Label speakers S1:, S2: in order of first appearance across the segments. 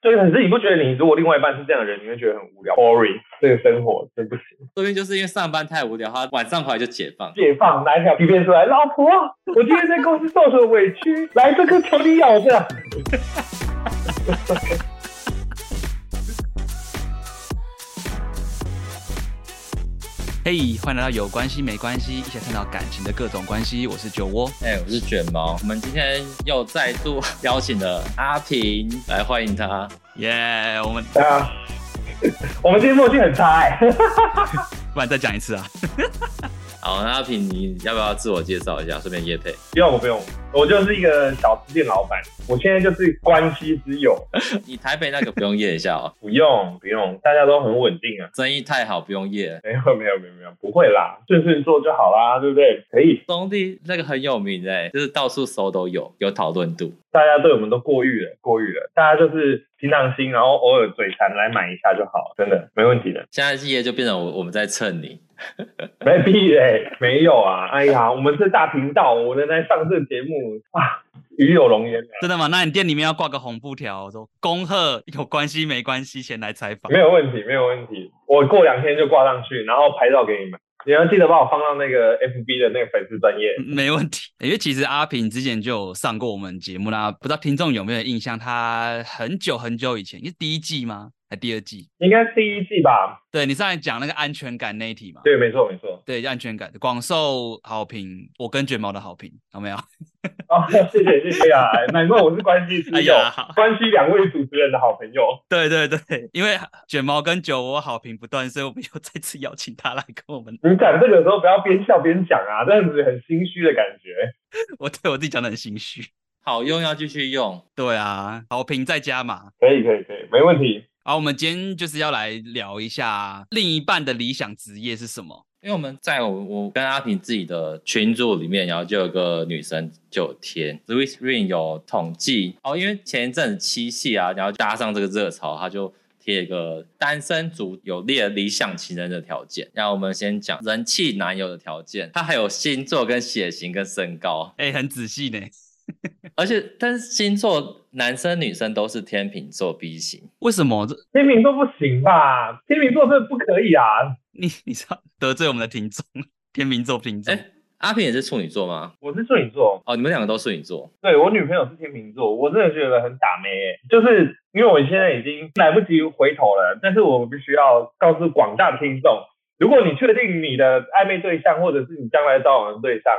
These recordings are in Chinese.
S1: 对，可是你不觉得你如果另外一半是这样的人，你会觉得很无聊，boring，这个生活真不行。
S2: 说不定就是因为上班太无聊，他晚上回来就解放。
S1: 解放，拿一条皮鞭出来，老婆，我今天在公司受了委屈，来这颗求你咬着。
S3: 嘿欢迎来到有关系没关系，一起来探讨感情的各种关系。我是酒窝，
S2: 哎、我是卷毛，我们今天又再度 邀请了阿平来欢迎他。
S3: 耶、我们
S1: 对啊， 我们今天默契很差哎、
S3: 不然再讲一次啊。
S2: 好，那阿平你要不要自我介绍一下，顺便叶配？
S1: 不用不用，我就是一个小吃店老板，我现在就是关系之友。
S2: 你台北那个不用叶一下哦，
S1: 不用不用，大家都很稳定啊。
S2: 生意太好不用叶。
S1: 没有没有没有没有，不会啦，顺顺做就好啦，对不对？可以，
S2: 兄弟那个很有名哎、就是到处搜都有，有讨论度。
S1: 大家对我们都过誉了，过誉了，大家就是平常心，然后偶尔嘴馋来买一下就好，真的没问题的。
S2: 现在叶就变成我我们在蹭你，
S1: 没必嘞，没有啊！哎呀，我们是大频道，我能来上这节目啊，与有荣焉，啊
S3: 真的吗？那你店里面要挂个红布条，说恭贺有关系没关系，前来采 访
S1: 没。有问题，没有问题。我过两天就挂上去，然后拍照给你们。你要记得把我放到那个 FB 的那个粉丝专业。
S3: 没问题，因为其实阿平之前就有上过我们节目啦，不知道听众有没有印象？他很久很久以前，是第一季吗？还第二季？
S1: 应该是第一季吧？
S3: 对你上来讲那个安全感那一题嘛？
S1: 对，没错，没错。
S3: 对，安全感广受好评，我跟卷毛的好评有没有？
S1: 哦，谢谢，谢谢啊！难怪我是关系之
S3: 哎
S1: 友，
S3: 呀，好
S1: 关系两位主持人的好朋友。
S3: 对对对，因为卷毛跟酒窝好评不断，所以我们又 再次邀请他来跟我们。
S1: 你讲这个时候不要边笑边讲啊，这样子很心虚的感觉。
S3: 我对我自己讲的很心虚。
S2: 好用要继续用。
S3: 对啊，好评再加嘛。
S1: 可以，可以，可以，没问题。
S3: 好，我们今天就是要来聊一下另一半的理想职业是什么。
S2: 因为我们在我我跟阿平自己的群组里面，然后就有个女生就有贴 Louis Ring 有统计哦，因为前一阵子七夕啊，然后搭上这个热潮，他就贴一个单身族有列理想情人的条件。然后我们先讲人气男友的条件，他还有星座跟血型跟身高，
S3: 哎、很仔细呢。
S2: 而且但是星座男生女生都是天秤座 B 型，
S3: 为什么这
S1: 天秤座不行吧？天秤座真的不可以啊！
S3: 你你知道得罪我们的听众， 天秤座听众。
S2: 哎阿平也是处女座吗？
S1: 我是处女座，
S2: 哦，你们两个都处女座，
S1: 对我女朋友是天秤座，我真的觉得很打妹、欸，就是因为我现在已经来不及回头了，但是我必须要告诉广大听众，如果你确定你的暧昧对象或者是你将来交往的对象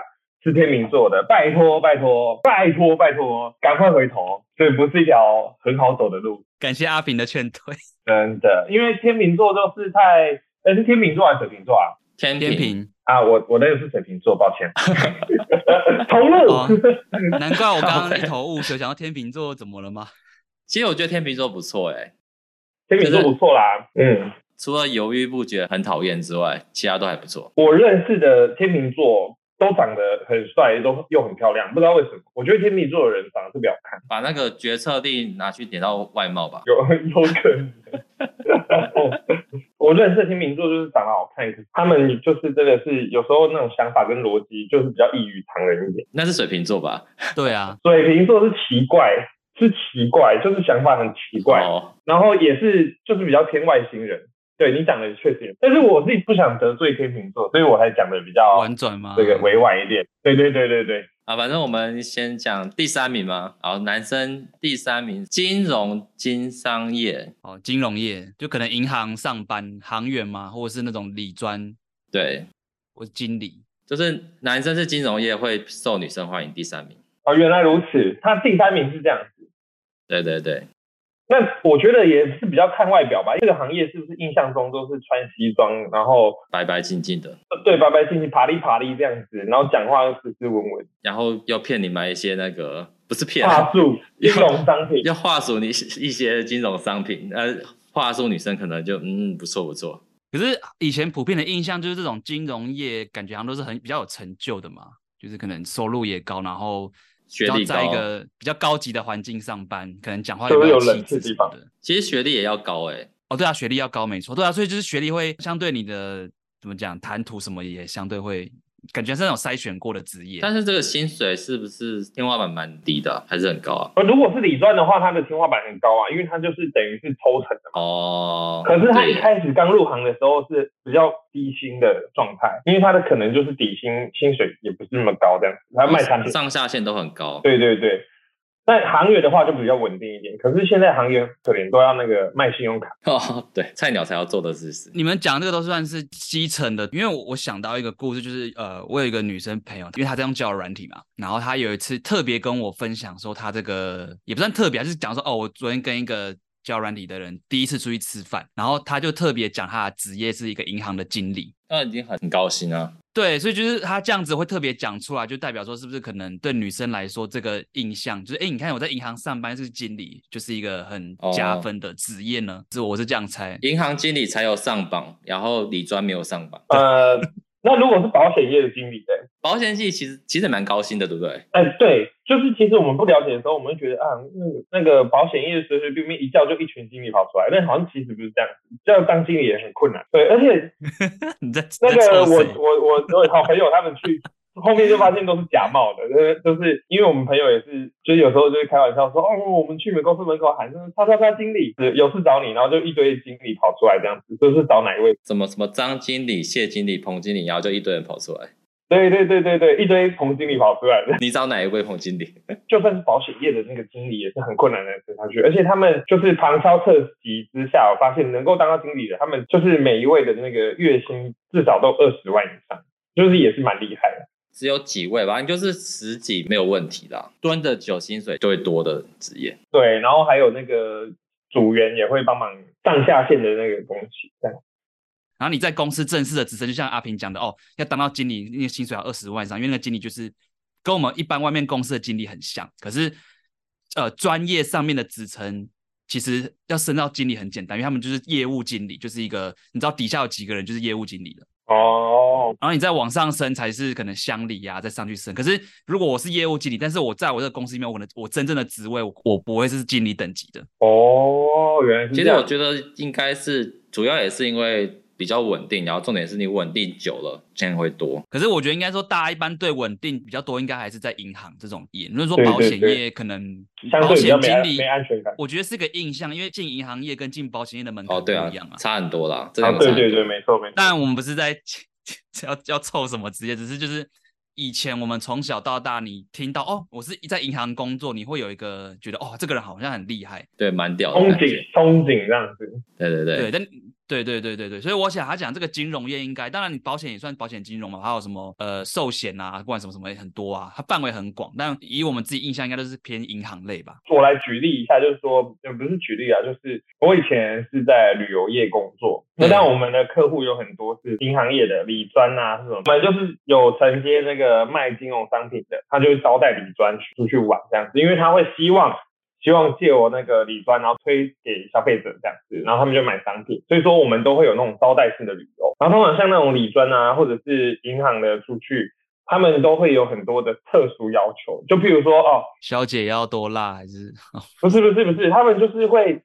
S1: 是天秤座的，拜托拜托拜托拜托，赶快回头，这不是一条很好走的路，
S3: 感谢阿平的劝退。
S1: 真的，因为天秤座就是太，那是天秤座还是水瓶座啊？
S2: 天
S3: 天
S2: 平
S3: 平，
S1: 啊，我我那个是水瓶座，抱歉，同路。
S3: 哦难怪我刚刚一头雾水，想到天秤座怎么了吗？
S2: 其实我觉得天秤座不错哎、
S1: 天秤座不错啦，嗯，
S2: 除了犹豫不决、很讨厌之外，其他都还不错。
S1: 我认识的天秤座都长得很帅，都又很漂亮，不知道为什么，我觉得天秤座的人长得特别好看，
S2: 把那个决策力拿去点到外貌吧。
S1: 有有可能。我认识的天秤座就是长得好看，他们就是真的是有时候那种想法跟逻辑就是比较异于常人一点。
S2: 那是水瓶座吧？
S3: 对啊，
S1: 水瓶座是奇怪，是奇怪，就是想法很奇怪。
S2: 哦，
S1: 然后也是就是比较偏外星人。对你讲的确实，但是我自己不想得罪天秤座，所以我才讲的比较
S3: 婉转吗？
S1: 这个委婉一点。对对对对对，
S2: 啊，反正我们先讲第三名嘛。好，男生第三名，金融经商业，
S3: 哦，金融业就可能银行上班行员嘛，或者是那种理专
S2: 对，
S3: 或是经理。
S2: 就是男生是金融业会受女生欢迎，第三名。
S1: 哦，原来如此，他第三名是这样子。
S2: 对对对，
S1: 那我觉得也是比较看外表吧，这个行业是不是印象中都是穿西装，然后
S2: 白白净净的，
S1: 呃对白白净净、啪里啪里这样子，然后讲话又斯斯文文，
S2: 然后要骗你买一些那个，不是骗啊，
S1: 话术、金融商品，
S2: 要话术你一些金融商品，呃，话术女生可能就嗯不错不错。
S3: 可是以前普遍的印象就是这种金融业，感觉好像都是很比较有成就的嘛，就是可能收入也高，然后
S2: 学
S3: 要
S2: 历
S3: 在一
S2: 高
S3: 个比较高级的环境上班，可能讲话也
S1: 都
S3: 比
S1: 是
S3: 较
S1: 有冷
S3: 气质
S1: 气
S3: 什
S1: 地
S3: 么
S1: 方
S3: 的。
S2: 其实学历也要高哎、
S3: 哦，对啊，学历要高没错，对啊，所以就是学历会相对你的怎么讲，谈吐什么也相对会感觉是那种筛选过的职业。
S2: 但是这个薪水是不是天花板蛮低的啊、还是很高啊？
S1: 呃，如果是理专的话，它的天花板很高啊，因为它就是等于是抽成的嘛。
S2: 哦，
S1: 可是他
S2: 对
S1: 一
S2: 耶
S1: 开始刚入行的时候是比较低薪的状态，因为他的可能就是底薪薪水也不是那么高这样子，他卖产品。
S2: 上下线都很高，
S1: 对对对，但行业的话就比较稳定一点。可是现在行业可能都要那个卖信用卡，
S2: 哦，对，菜鸟才要做的事情。
S3: 你们讲这个都算是基层的，因为我我想到一个故事，就是呃，我有一个女生朋友，因为她在用交友软体嘛，然后她有一次特别跟我分享说，她这个也不算特别，就是讲说哦，我昨天跟一个交友软体的人第一次出去吃饭，然后她就特别讲她的职业是一个银行的经理，
S2: 那已经很很高薪啊，
S3: 对，所以就是他这样子会特别讲出来，就代表说是不是可能对女生来说，这个印象就是，哎，你看我在银行上班是经理，就是一个很加
S2: 哦
S3: 分的职业呢？是我是这样猜，
S2: 银行经理才有上榜，然后理专没有上榜。
S1: 呃，那如果是保险业的经理呢？
S2: 保险系其实其实也蛮高薪的，对不对？
S1: 哎、对，就是其实我们不了解的时候，我们会觉得啊，那个那个保险业随随便便一叫就一群经理跑出来，但好像其实不是这样子，要当经理也很困难。对，而且
S3: 你在
S1: 那
S3: 在
S1: 个
S3: 抽
S1: 我
S3: 谁？
S1: 我我我有好朋友他们去，后面就发现都是假冒的，就是就是因为我们朋友也是，就是有时候就会开玩笑说，哦，我们去你们公司门口喊，就是叉叉叉经理有事找你，然后就一堆经理跑出来这样子，就是找哪一位？
S2: 什么什么张经理、谢经理、彭经理，然后就一堆人跑出来。
S1: 对对对对对，一堆彭经理跑出来的，
S2: 你找哪一位彭经理？
S1: 就算是保险业的那个经理也是很困难的升上去，而且他们就是旁敲侧击之下，我发现能够当到经理的，他们就是每一位的那个月薪至少都二十万以上，就是也是蛮厉害的。
S2: 只有几位吧，你就是十几没有问题啦。蹲的久，薪水就会多的职业。
S1: 对，然后还有那个组员也会帮忙上下线的那个东西，这样。
S3: 然后你在公司正式的职称，就像阿平讲的，哦，要当到经理，那个薪水要二十万以上，因为那个经理就是跟我们一般外面公司的经理很像，可是呃，专业上面的职称其实要升到经理很简单，因为他们就是业务经理，就是一个你知道底下有几个人就是业务经理的。
S1: 哦，
S3: 然后你再往上升才是可能乡里啊，再上去升。可是如果我是业务经理，但是我在我这个公司里面，我可能我真正的职位我我不会是经理等级的。
S1: 哦，原来是
S2: 其
S1: 这
S2: 实
S3: 啊
S2: 我
S1: 样。
S2: 觉得应该是主要也是因为比较稳定，然后重点是你稳定久了，钱会多。
S3: 可是我觉得应该说，大家一般对稳定比较多，应该还是在银行这种业。如果说
S1: 对对
S3: 保险
S1: 对
S3: 业可能
S1: 相
S3: 保
S1: 对比较
S3: 险
S1: 没
S3: 经
S1: 安
S3: 理
S1: 没安全感。
S3: 我觉得是个印象，因为进银行业跟进保险业的门槛
S2: 哦，
S3: 不
S2: 对啊
S3: 一样啊，。
S2: 差很多啦。这
S1: 啊，
S2: 两个差
S1: 对
S2: 很多
S1: 对对，没错没错。
S3: 但我们不是在 要要凑什么职业，只是就是以前我们从小到大，你听到哦，我是在银行工作，你会有一个觉得哦，这个人好像很厉害。
S2: 对，蛮屌的
S1: 憧
S2: 感
S1: 憬
S2: 觉。
S1: 憧憬这样子，
S2: 对对
S3: 对，
S2: 对，
S3: 但对对对对对，所以我想他讲这个金融业应该，当然你保险也算保险金融嘛，还有什么呃寿险啊，不管什么什么也很多啊，它范围很广。但以我们自己印象，应该都是偏银行类吧。
S1: 我来举例一下，就是说，呃，不是举例啊，就是我以前是在旅游业工作，那
S2: 嗯
S1: 但我们的客户有很多是银行业的理专啊这种，我们就是有承接那个卖金融商品的，他就会招待理专去出去玩这样子，因为他会希望希望借我那个理专，然后推给消费者这样子，然后他们就买商品。所以说我们都会有那种招待式的旅游。然后通常像那种理专啊，或者是银行的出去，他们都会有很多的特殊要求，就譬如说哦，
S3: 小姐要多辣还是？
S1: 不是不是不是，他们就是会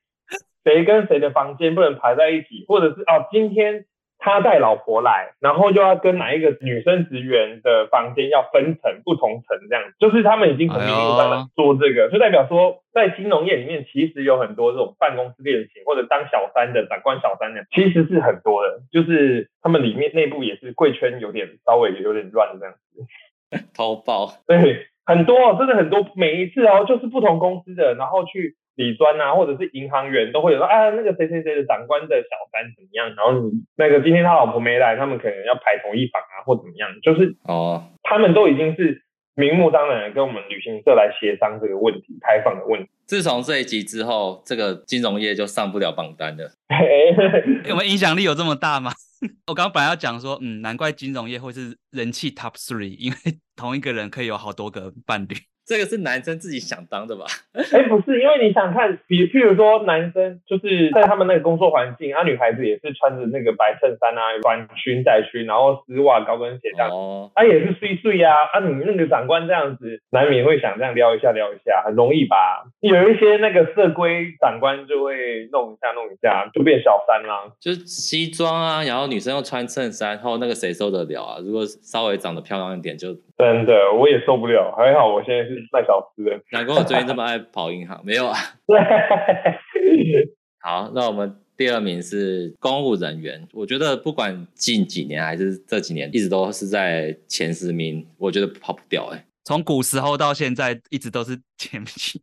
S1: 谁跟谁的房间不能排在一起，或者是哦，今天他带老婆来，然后就要跟哪一个女生职员的房间要分层不同层这样，就是他们已经很明目张胆做这个，就代表说在金融业里面其实有很多这种办公室恋情或者当小三的长官小三的，其实是很多的，就是他们里面内部也是贵圈有点稍微有点乱这样子。
S2: 偷爆。
S1: 对，很多，哦真的很多，每一次哦，就是不同公司的，然后去理专啊，或者是银行员都会有说，啊，那个谁谁谁的长官的小三怎么样，然后你那个今天他老婆没来，他们可能要排同一房啊，或怎么样，就是
S2: 哦，
S1: 他们都已经是明目张胆的跟我们旅行社来协商这个问题，开放的问题。
S2: 自从这一集之后，这个金融业就上不了榜单了。
S1: 哎
S3: 诶我们影响力有这么大吗？ 我刚刚本来要讲说，嗯，难怪金融业会是人气 top three，因为同一个人可以有好多个伴侣。
S2: 这个是男生自己想当的吧？
S1: 哎，不是，因为你想看，比譬如说男生就是在他们那个工作环境，啊，女孩子也是穿着那个白衬衫啊，短裙窄裙，然后丝袜、高跟鞋这样，
S2: 哦，
S1: 啊，也是碎碎啊，啊，你那个长官这样子，难免会想这样撩一下撩一下，很容易吧？有一些那个色规长官就会弄一下弄一下，就变小三啦。
S2: 就是西装啊，然后女生又穿衬衫，后那个谁受得了啊？如果稍微长得漂亮一点，就
S1: 真的，我也受不了。还好我现在是卖小吃的。
S2: 难怪我最近这么爱跑银行，没有啊。好，那我们第二名是公务人员。我觉得不管近几年还是这几年，一直都是在前十名，我觉得跑不掉哎、
S3: 从古时候到现在一直都是前几。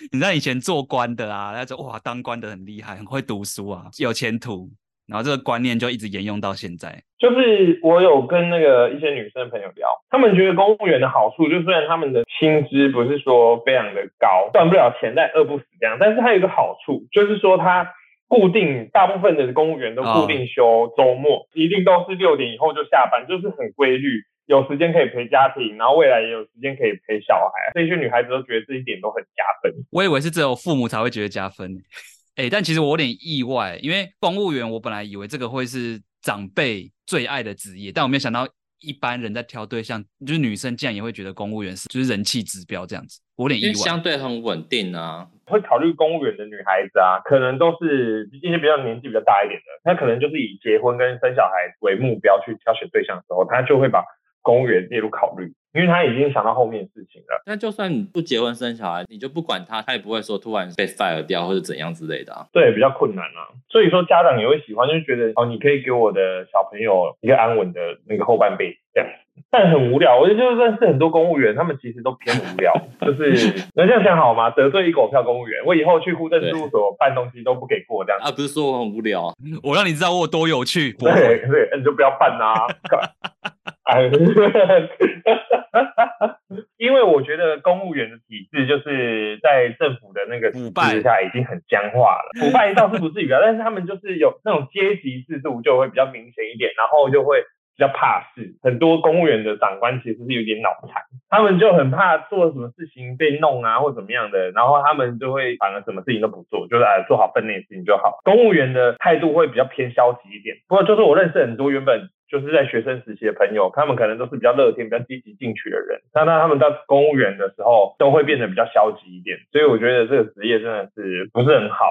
S3: 你知道以前做官的啊，那就哇，当官的很厉害，很会读书啊，有前途。然后这个观念就一直沿用到现在。
S1: 就是我有跟那个一些女生朋友聊，他们觉得公务员的好处，就虽然他们的薪资不是说非常的高，赚不了钱但饿不死这样，但是它有一个好处，就是说它固定，大部分的公务员都固定休周末，一定都是六点以后就下班，就是很规律。有时间可以陪家庭，然后未来也有时间可以陪小孩。这些女孩子都觉得这一点都很加分。
S3: 我以为是只有父母才会觉得加分，哎、但其实我有点意外，因为公务员我本来以为这个会是长辈最爱的职业，但我没有想到一般人在挑对象，就是女生竟然也会觉得公务员是就是人气指标这样子，我有
S2: 因为
S3: 点意外。
S2: 相对很稳定啊。
S1: 会考虑公务员的女孩子啊，可能都是一些比较年纪比较大一点的，她可能就是以结婚跟生小孩为目标去挑选对象的时候，她就会把公务员列入考虑，因为她已经想到后面的事情了。
S2: 但就算你不结婚生小孩，你就不管他，他也不会说突然被 fire 掉或者怎样之类的啊。
S1: 对，比较困难啊。所以说家长也会喜欢，就是觉得哦，你可以给我的小朋友一个安稳的那个后半辈子这样。但很无聊，我就认识很多公务员，他们其实都偏无聊， 就是能这样讲好吗？得罪一狗票公务员，我以后去户政事务所办东西都不给过这样子。
S2: 啊，不是说我很无聊，
S3: 我让你知道我有多有趣，不会
S1: 对对，你就不要办啦、 哎，因为我觉得公务员的体制就是在政府的那个体
S3: 腐败
S1: 制下已经很僵化了，腐败倒是不至于啊，但是他们就是有那种阶级制度就会比较明显一点，然后就会。比较怕事，很多公务员的长官其实是有点脑残，他们就很怕做什么事情被弄啊，或怎么样的，然后他们就会反而什么事情都不做，就是哎做好分内的事情就好。公务员的态度会比较偏消极一点，不过就是我认识很多原本就是在学生时期的朋友，他们可能都是比较乐天、比较积极进取的人，那当他们到公务员的时候，都会变得比较消极一点，所以我觉得这个职业真的是不是很好。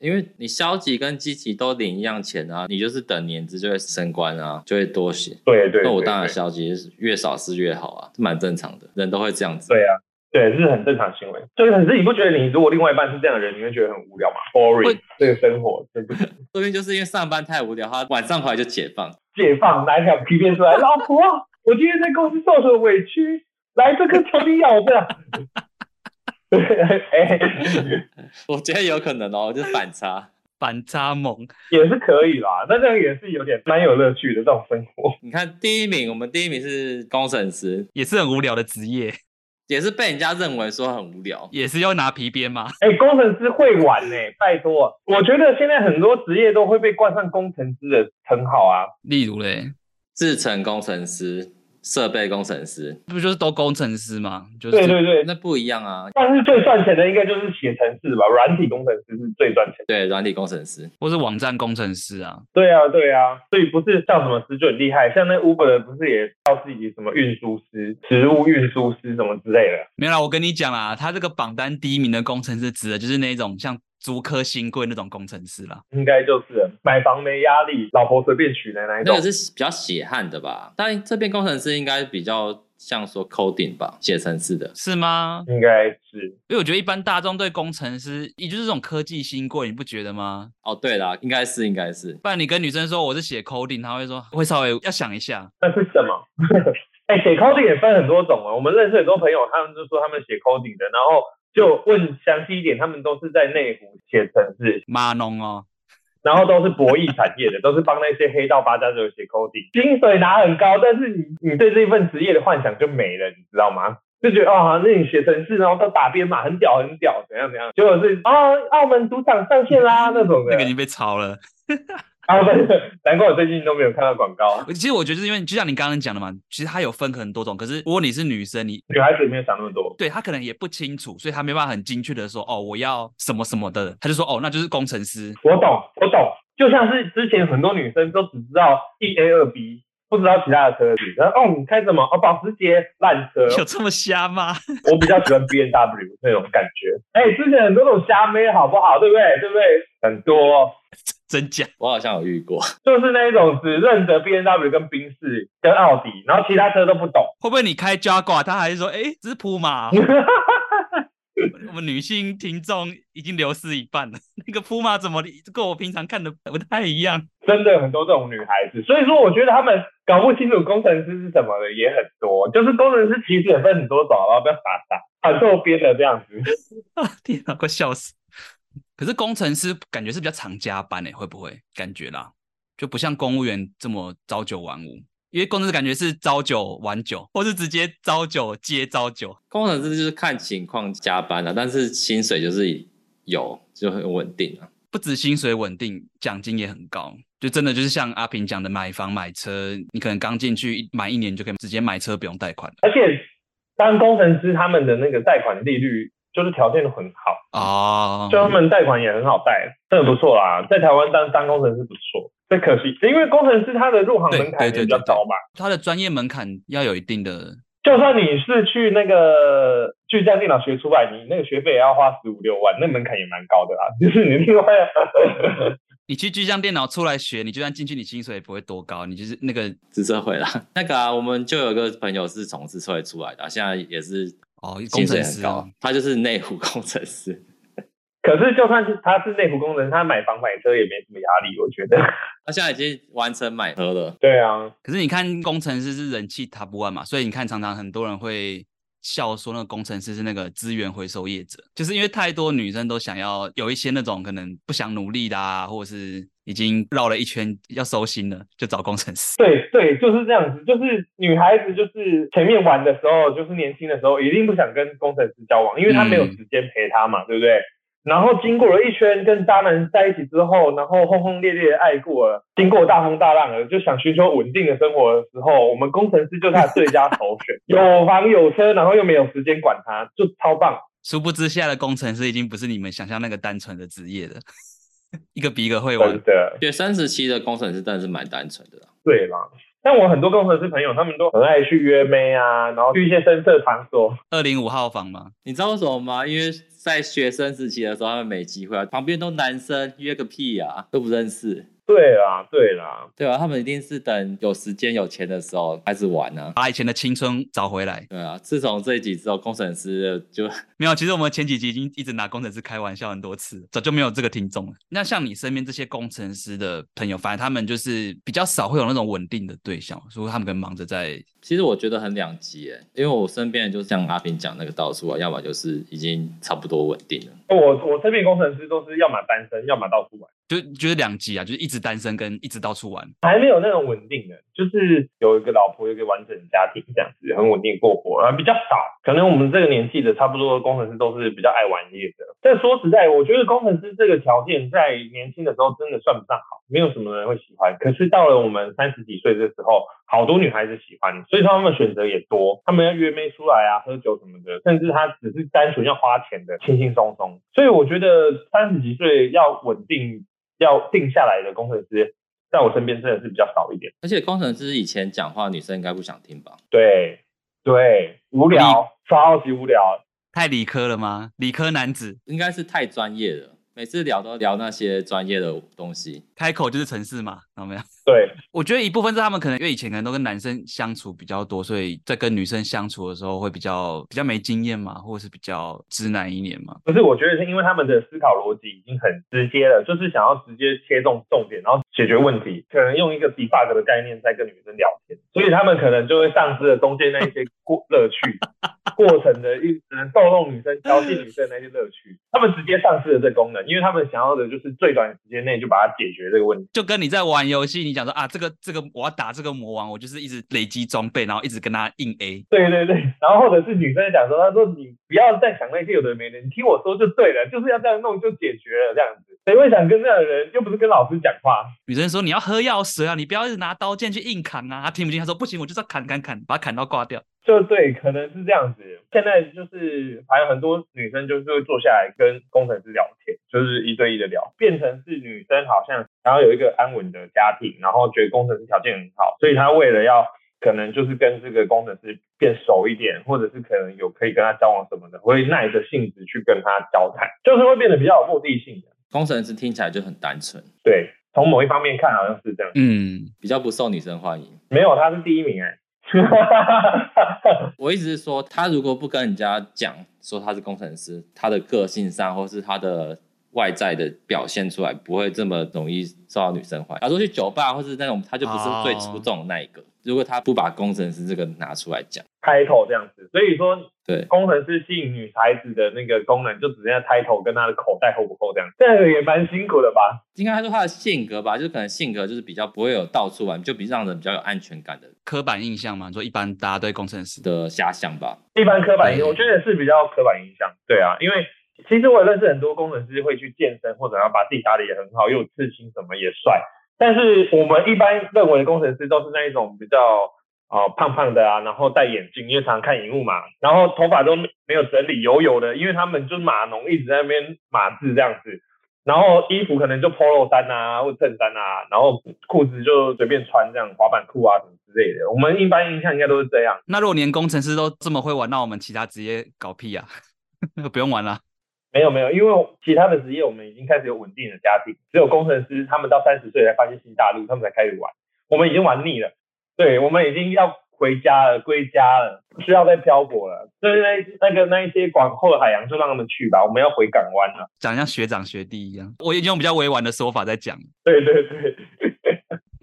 S2: 因为你消极跟积极都领一样钱啊，你就是等年资就会升官啊，就会多些。
S1: 对对对
S2: 那我当然
S1: 对
S2: 消极，越少是越好啊，这蛮正常的，人都会这样子。
S1: 对啊，对，这是很正常行为。就是可是你不觉得你如果另外一半是这样的人，你会觉得很无聊吗？boring
S3: 会
S1: 这个生活，对不对？
S2: 说明就是因为上班太无聊，他晚上回来就解放。
S1: 解放拿一条皮鞭出来，老婆，我今天在公司受了委屈， 来这个求你咬的。 哎，
S2: 我觉得有可能哦，就是反差。
S3: 反差萌。
S1: 也是可以啦，那这样也是有点蛮有乐趣的这种生活。
S2: 你看第一名，我们第一名是工程师，
S3: 也是很无聊的职业，
S2: 也是被人家认为说很无聊。
S3: 也是要拿皮鞭嘛。
S1: 哎、工程师会玩呢、拜托，我觉得现在很多职业都会被冠上工程师的称号啊。
S3: 例如嘞，
S2: 制程工程师、设备工程师，
S3: 不就是都工程师嘛？就是
S1: 对对对，
S2: 那不一样啊。
S1: 但是最赚钱的应该就是写程式吧，软体工程师是最赚钱的。
S2: 对，软体工程师，
S3: 或是网站工程师啊，
S1: 对啊，对啊，所以不是叫什么师就很厉害，像那 Uber 的不是也叫自己什么运输师、食物运输师什么之类的。
S3: 没有啦，我跟你讲啦，他这个榜单第一名的工程师指的就是那种像竹科新贵那种工程师啦。
S1: 应该就是买房没压力，老婆随便娶的那一种
S2: 那。个是比较血汗的吧？但这边工程师应该比较像说 coding 吧，写程式的。
S3: 是吗？
S1: 应该是
S3: 因为我觉得一般大众对工程师，也就是这种科技新贵，你不觉得吗？
S2: 哦，对啦，应该是应该是。
S3: 不然你跟女生说我是写 coding，她会说会稍微要想一下。
S1: 那是什么？ 哎、写 coding 也分很多种啊。我们认识很多朋友，他们就说他们写 coding 的，然后就问详细一点，他们都是在内湖写程式，
S3: 码农哦，
S1: 然后都是博弈产业的，都是帮那些黑道八加九写 coding，薪水拿很高，但是你你对这份职业的幻想就没了，你知道吗？就觉得啊、哦，那你写程式，然后到打编码，很屌很哦 屌，怎样怎样，结果是啊、澳门赌场上线啦那种的
S3: 那个已。经被炒了。
S1: 啊，不是，难怪我最近都没有看到广告。
S3: 其实我觉得，是因为就像你刚刚讲的嘛，其实它有分很多种。可是如果你是女生，你
S1: 女孩子没有想那么多，
S3: 对她可能也不清楚，所以她没办法很精确的说，哦，我要什么什么的，她就说，哦，那就是工程师。
S1: 我懂，我懂。就像是之前很多女生都只知道一 A 二 B，不知道其他的车子。然后哦，你开什么？哦，保时捷烂车。
S3: 有这么瞎吗？
S1: 我比较喜欢 B N W 那种感觉。哎、之前很多种虾妹，好不好？对不对？对不对？很多哦
S3: 真假？
S2: 我好像有遇过，
S1: 就是那一种只认得 B N W 跟宾士跟奥迪，然后其他车都不懂。
S3: 会不会你开 Jaguar，她还是说，哎，这是普马？我们女性听众已经流失一半了。那个普马怎么跟我平常看的不太一样？
S1: 真的很多这种女孩子，所以说我觉得她们搞不清楚工程师是什么的也很多，就是工程师其实也分很多种，好不好？不要傻傻喊错边的这样子。
S3: 啊， 天哪，快笑死！可是工程师感觉是比较常加班欸诶、会不会？感觉啦，就不像公务员这么朝九晚五，因为工程师感觉是朝九晚九，或是直接朝九接朝九。
S2: 工程师就是看情况加班啊，但是薪水就是有，就很稳定啊。
S3: 不止薪水稳定，奖金也很高。就真的就是像阿平讲的，买房买车，你可能刚进去一买一年就可以直接买车，不用贷款了。
S1: 而且当工程师他们的那个贷款利率就是条件都很好，
S3: 哦，
S2: 啊
S1: 就他们贷款也很好贷，真的不错啦。在台湾当当工程师不错，但可惜因为工程师他的入行门槛
S3: 对对
S1: 也
S3: 对
S1: 比较高嘛，
S3: 他的专业门槛要有一定的，
S1: 就算你是去那个巨匠电脑学出来，你那个学费也要花十五六万，那门槛也蛮高的啦。 就是你另外
S3: 你去巨匠电脑出来学，你就算进去，你薪水也不会多高，你就是那个
S2: 资社会啦， 那个啊，我们就有一个朋友是从资社会出来的啊、现在也是
S3: 哦，工
S2: 薪水
S3: 程
S2: 很
S3: 师
S2: 高，
S3: 啊、
S2: 他就是内湖工程师。
S1: 可是就算是他是内湖工程，他买房买车也没什么压力，我觉得。
S2: 他现在已经完成买车了，
S1: 对啊，
S3: 可是你看工程师是人气 top one 嘛，所以你看常常很多人会笑说那个工程师是那个资源回收业者，就是因为太多女生都想要有一些那种可能不想努力的啊，或者是已经绕了一圈要收心了，就找工程师。
S1: 对对，就是这样子。就是女孩子，就是前面玩的时候，就是年轻的时候，一定不想跟工程师交往，因为他没有时间陪她嘛，对不对？然后经过了一圈跟渣男在一起之后，然后轰轰烈烈地爱过了，经过大风大浪了，就想寻求稳定的生活的时候，我们工程师就是他的最佳首选，有房有车，然后又没有时间管他，就超棒。
S3: 殊不知现在的工程师已经不是你们想象那个单纯的职业了， 一个比一个会玩
S1: 真。的，
S2: 学生时期的工程师真的是蛮单纯的啦。
S1: 对啦。但我很多工程师朋友，他们都很爱去约妹啊，然后去一些深色场所。
S3: 二零五号房吗？
S2: 你知道为什么吗？因为在学生时期的时候，他们没机会啊，旁边都男生，约个屁呀、啊，都不认识，
S1: 对啦，对啦，
S2: 对啊，他们一定是等有时间有钱的时候开始玩啊。
S3: 把以前的青春找回来。
S2: 对啊，自从这一集之后，工程师就
S3: 没有，其实我们前几集已经一直拿工程师开玩笑很多次，早就没有这个听众了。那像你身边这些工程师的朋友，反正他们就是比较少会有那种稳定的对象，所以他们可能忙着在
S2: 其实我觉得很两极耶，因为我身边就像阿平讲那个道术啊，要么就是已经差不多稳定了，
S1: 我我身边工程师都是要么单身，要么到处玩，
S3: 就就是两极啊，就是一直单身跟一直到处玩。
S1: 还没有那种稳定的，就是有一个老婆，有一个完整的家庭这样子，很稳定过活啊，比较少。可能我们这个年纪的，差不多的工程师都是比较爱玩夜的。但说实在，我觉得工程师这个条件在年轻的时候真的算不上好，没有什么人会喜欢。可是到了我们三十几岁的时候，好多女孩子喜欢，所以说他们选择也多，他们要约妹出来啊，喝酒什么的，甚至他只是单纯要花钱的，轻轻松松。所以我觉得三十几岁要稳定、要定下来的工程师，在我身边真的是比较少一点。
S2: 而且工程师以前讲话女生应该不想听吧？
S1: 对，对，无聊，超级无聊。
S3: 太理科了吗？理科男子
S2: 应该是太专业了，每次聊都聊那些专业的东西。
S3: 开口就是城市嘛，懂没有？
S1: 对，
S3: 我觉得一部分是他们可能因为以前可能都跟男生相处比较多，所以在跟女生相处的时候会比较比较没经验嘛，或者是比较直男一点嘛。
S1: 不是，我觉得是因为他们的思考逻辑已经很直接了，就是想要直接切中重点，然后解决问题，可能用一个 debug 的概念在跟女生聊天，所以他们可能就会丧失了中间那一些过乐趣，过程的一只能逗弄女生、调戏女生的那些乐趣，他们直接丧失了这功能，因为他们想要的就是最短时间内就把它解决这个问题。
S3: 就跟你在玩游戏，你讲说啊，这个这个我要打这个魔王，我就是一直累积装备，然后一直跟他硬 A。
S1: 对对对，然后或者是女生讲说，她说你不要再想那些有的没的，你听我说就对了，就是要这样弄就解决了这样子。谁会想跟这样的人？又不是跟老师讲话。
S3: 女生说你要喝药水啊，你不要一直拿刀剑去硬砍啊。他听不进，他说不行，我就是要砍砍砍，把他砍到挂掉。
S1: 就对，可能是这样子。现在就是还有很多女生就是会坐下来跟工程师聊天，就是一对一的聊，变成是女生好像然后有一个安稳的家庭，然后觉得工程师条件很好，所以她为了要可能就是跟这个工程师变熟一点，或者是可能有可以跟他交往什么的，会耐着性子去跟他交谈，就是会变得比较有目的性的。
S2: 工程师听起来就很单纯，
S1: 对，从某一方面看好像是这样，
S3: 嗯，
S2: 比较不受女生欢迎。
S1: 没有他是第一名哎、
S2: 我一直是说，他如果不跟人家讲说他是工程师，他的个性上或是他的外在的表现出来，不会这么容易受到女生欢迎。假如说去酒吧或是那种，他就不是最出众的那一个。如果他不把工程师这个拿出来讲，
S1: title 这样子，所以说
S2: 对，
S1: 工程师吸引女孩子的那个功能，就只剩下 title 跟她的口袋厚不厚这样，这样也蛮辛苦的吧？
S2: 应该说他的性格吧，就是可能性格就是比较不会有到处玩，就比让人比较有安全感的
S3: 刻板印象嘛，你说一般大家对工程师的，
S2: 的遐想吧。
S1: 一般刻板印，
S3: 对
S1: 我觉得是比较刻板印象，对啊，因为其实我也认识很多工程师会去健身，或者要把自己打理也很好，又有刺青什么也帅，但是我们一般认为的工程师都是那一种比较哦胖胖的啊，然后戴眼镜，因为常常看荧幕嘛，然后头发都没没有整理，油油的，因为他们就是码农一直在那边码字这样子，然后衣服可能就 polo 衫啊，或衬衫啊，然后裤子就随便穿这样，滑板裤啊什么之类的。我们一般印象应该都是这样，
S3: 那如果连工程师都这么会玩，那我们其他职业搞屁啊？ 不用玩了。
S1: 没有没有，因为其他的职业我们已经开始有稳定的家庭，只有工程师他们到三十岁才发现新大陆，他们才开始玩。我们已经玩腻了，对我们已经要回家了，归家了，不需要再漂泊了。所以那那个那一些广阔的海洋就让他们去吧，我们要回港湾了。
S3: 讲得像学长学弟一样，我已经用比较委婉的说法在讲。
S1: 对对对，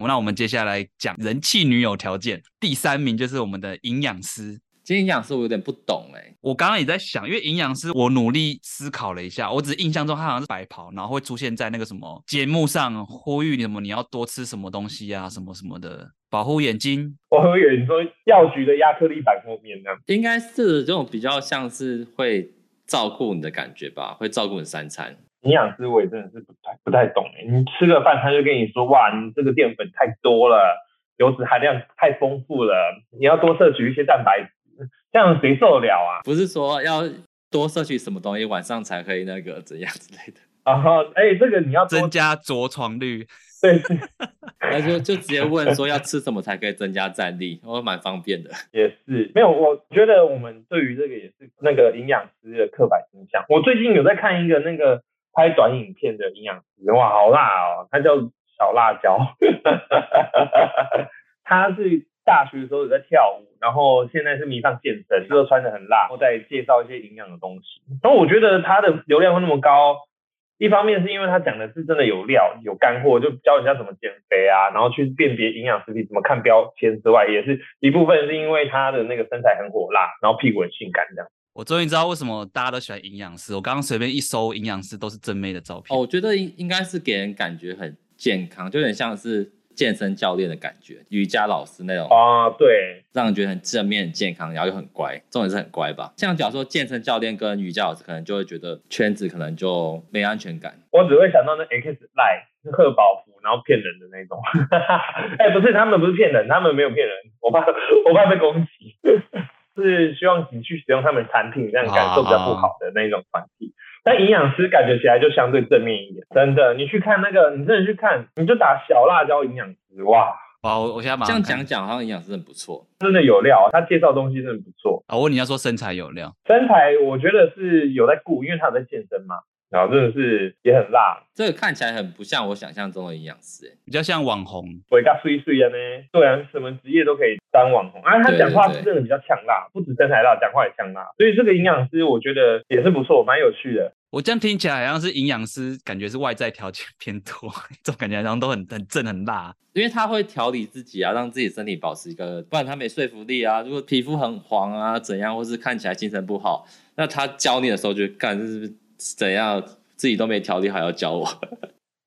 S3: 那我们接下来讲人气女友条件，第三名就是我们的营养师。
S2: 其实营养师我有点不懂哎、
S3: 我刚刚也在想，因为营养师，我努力思考了一下，我只印象中他好像是白袍，然后会出现在那个什么节目上，呼吁你什么你要多吃什么东西啊，什么什么的，保护眼睛。
S1: 我以为你说药局的亚克力板后面呢。
S2: 应该是这种比较像是会照顾你的感觉吧，会照顾你三餐。
S1: 营养师我也真的是不太不太懂哎，你吃个饭他就跟你说哇，你这个淀粉太多了，油脂含量太丰富了，你要多摄取一些蛋白质，这样谁受得了啊？
S2: 不是说要多摄取什么东西，晚上才可以那个怎样之类的。
S1: 然后哎，这个你要多
S3: 增加着床率，
S1: 对，对
S2: 他说就直接问说要吃什么才可以增加战力，我蛮方便的。
S1: 也是没有，我觉得我们对于这个也是那个营养师的刻板印象。我最近有在看一个那个拍短影片的营养师，哇，好辣哦，他叫小辣椒， 他是大学的时候有在跳舞，然后现在是迷上健身，就穿的很辣，然后再介绍一些营养的东西。然后我觉得他的流量会那么高。一方面是因为他讲的是真的有料、有干货，就教人家怎么减肥啊，然后去辨别营养食品、怎么看标签之外，也是一部分是因为他的那个身材很火辣，然后屁股很性感这样。
S3: 我终于知道为什么大家都喜欢营养师。我刚刚随便一搜营养师都是正妹的照片。
S2: 哦，我觉得应应该是给人感觉很健康，就有点像是健身教练的感觉，瑜伽老师那种，
S1: 啊、对，
S2: 让人觉得很正面、很健康，然后又很乖，重点是很乖吧。像假如说健身教练跟瑜伽老师，可能就会觉得圈子可能就没安全感。
S1: 我只会想到那 X Lie 贺宝福，然后骗人的那种。 哎、不是，他们不是骗人，他们没有骗人，我怕我怕被攻击， 是希望你去使用他们产品，让你感受比较不好的那种团体。但营养师感觉起来就相对正面一点，真的，你去看那个，你真的去看，你就打小辣椒营养师，哇，
S3: 哇，我我现在马
S2: 这
S3: 上
S2: 样
S3: 看
S2: 讲讲，好像营养师很不错。
S1: 真的有料，啊他介绍东西真的不错。
S3: 啊，我问你要说身材有料，
S1: 身材我觉得是有在顾，因为他有在健身嘛，然后真的是也很辣，
S2: 这个看起来很不像我想象中的营养师、欸，
S3: 比较像网红。
S1: 我甲碎碎的呢，对啊，什么职业都可以当网红。啊，他
S2: 对
S1: 讲话
S2: 对
S1: 是真的比较呛辣，不止身材辣，讲话也呛辣。所以这个营养师我觉得也是不错，蛮有趣的。
S3: 我这样听起来好像是营养师，感觉是外在条件偏多， 这种感觉好像都很很正很辣。
S2: 因为他会调理自己啊，让自己身体保持一个，不然他没说服力啊。如果皮肤很黄啊，怎样，或是看起来精神不好，那他教你的时候就干，这是不是怎样，自己都没调理好要教我。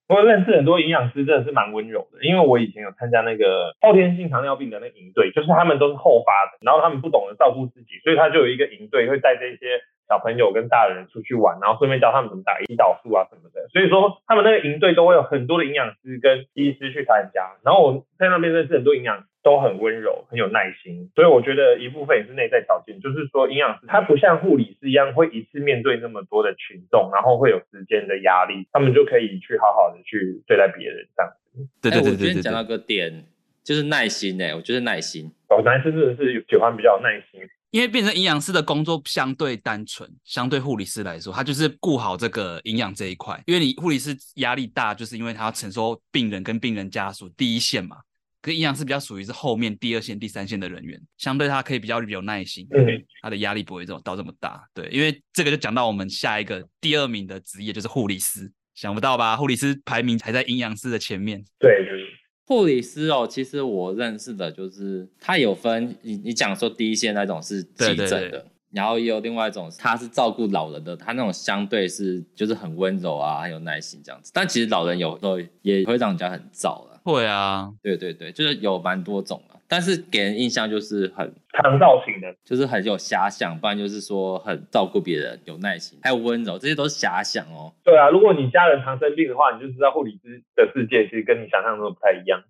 S1: 我认识很多营养师，真的是蛮温柔的。因为我以前有参加那个后天性糖尿病的那营队，就是他们都是后发的，然后他们不懂得照顾自己，所以他就有一个营队会带这些小朋友跟大人出去玩，然后顺便教他们怎么打胰岛素啊什么的。所以说他们那个营队都会有很多的营养师跟医师去参加，然后我在那边认识很多营养师。都很温柔，很有耐心，所以我觉得一部分也是内在条件，就是说营养师他不像护理师一样会一次面对那么多的群众，然后会有时间的压力，他们就可以去好好的去对待别人这样子。
S3: 对对
S2: 哎
S3: 对
S2: 我觉得
S3: 对
S2: 你
S3: 对
S2: 讲到
S3: 对，
S2: 个点，就是耐心哎、我觉得耐心。
S1: 哦，男生真的是喜欢比较有耐心，
S3: 因为变成营养师的工作相对单纯，相对护理师来说，他就是顾好这个营养这一块。因为你护理师压力大，就是因为他要承受病人跟病人家属第一线嘛，可是营养师比较属于是后面第二线、第三线的人员，相对他可以比较有耐心。
S1: 嗯，
S3: 他的压力不会这么到这么大。对，因为这个就讲到我们下一个第二名的职业就是护理师，想不到吧？护理师排名还在营养师的前面。
S1: 对，就是
S2: 护理师哦，其实我认识的就是他有分，你你讲说第一线那种是急
S3: 对
S2: 诊的，
S3: 对对
S2: 然后也有另外一种他是照顾老人的，他那种相对是就是很温柔啊，很有耐心这样子。但其实老人有时候也会让人家很燥了，
S3: 会啊，
S2: 对对对，就是有蛮多种啊。但是给人印象就是很
S1: 长照型的，
S2: 就是很有遐想，不然就是说很照顾别人，有耐心，还有温柔，这些都是遐想哦。
S1: 对啊，如果你家人常生病的话，你就知道护理师的世界其实跟你想象中的不太一样。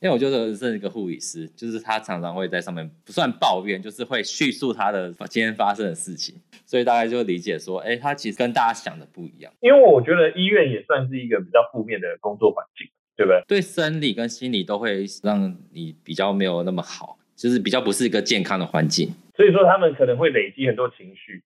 S2: 因为我觉得认识一个护理师，就是他常常会在上面不算抱怨，就是会叙述他的今天发生的事情，所以大概就理解说，哎，他其实跟大家想的不一样，
S1: 因为我觉得医院也算是一个比较负面的工作环境，对不对？
S2: 对生理跟心理都会让你比较没有那么好，就是比较不是一个健康的环境。
S1: 所以说他们可能会累积很多情绪。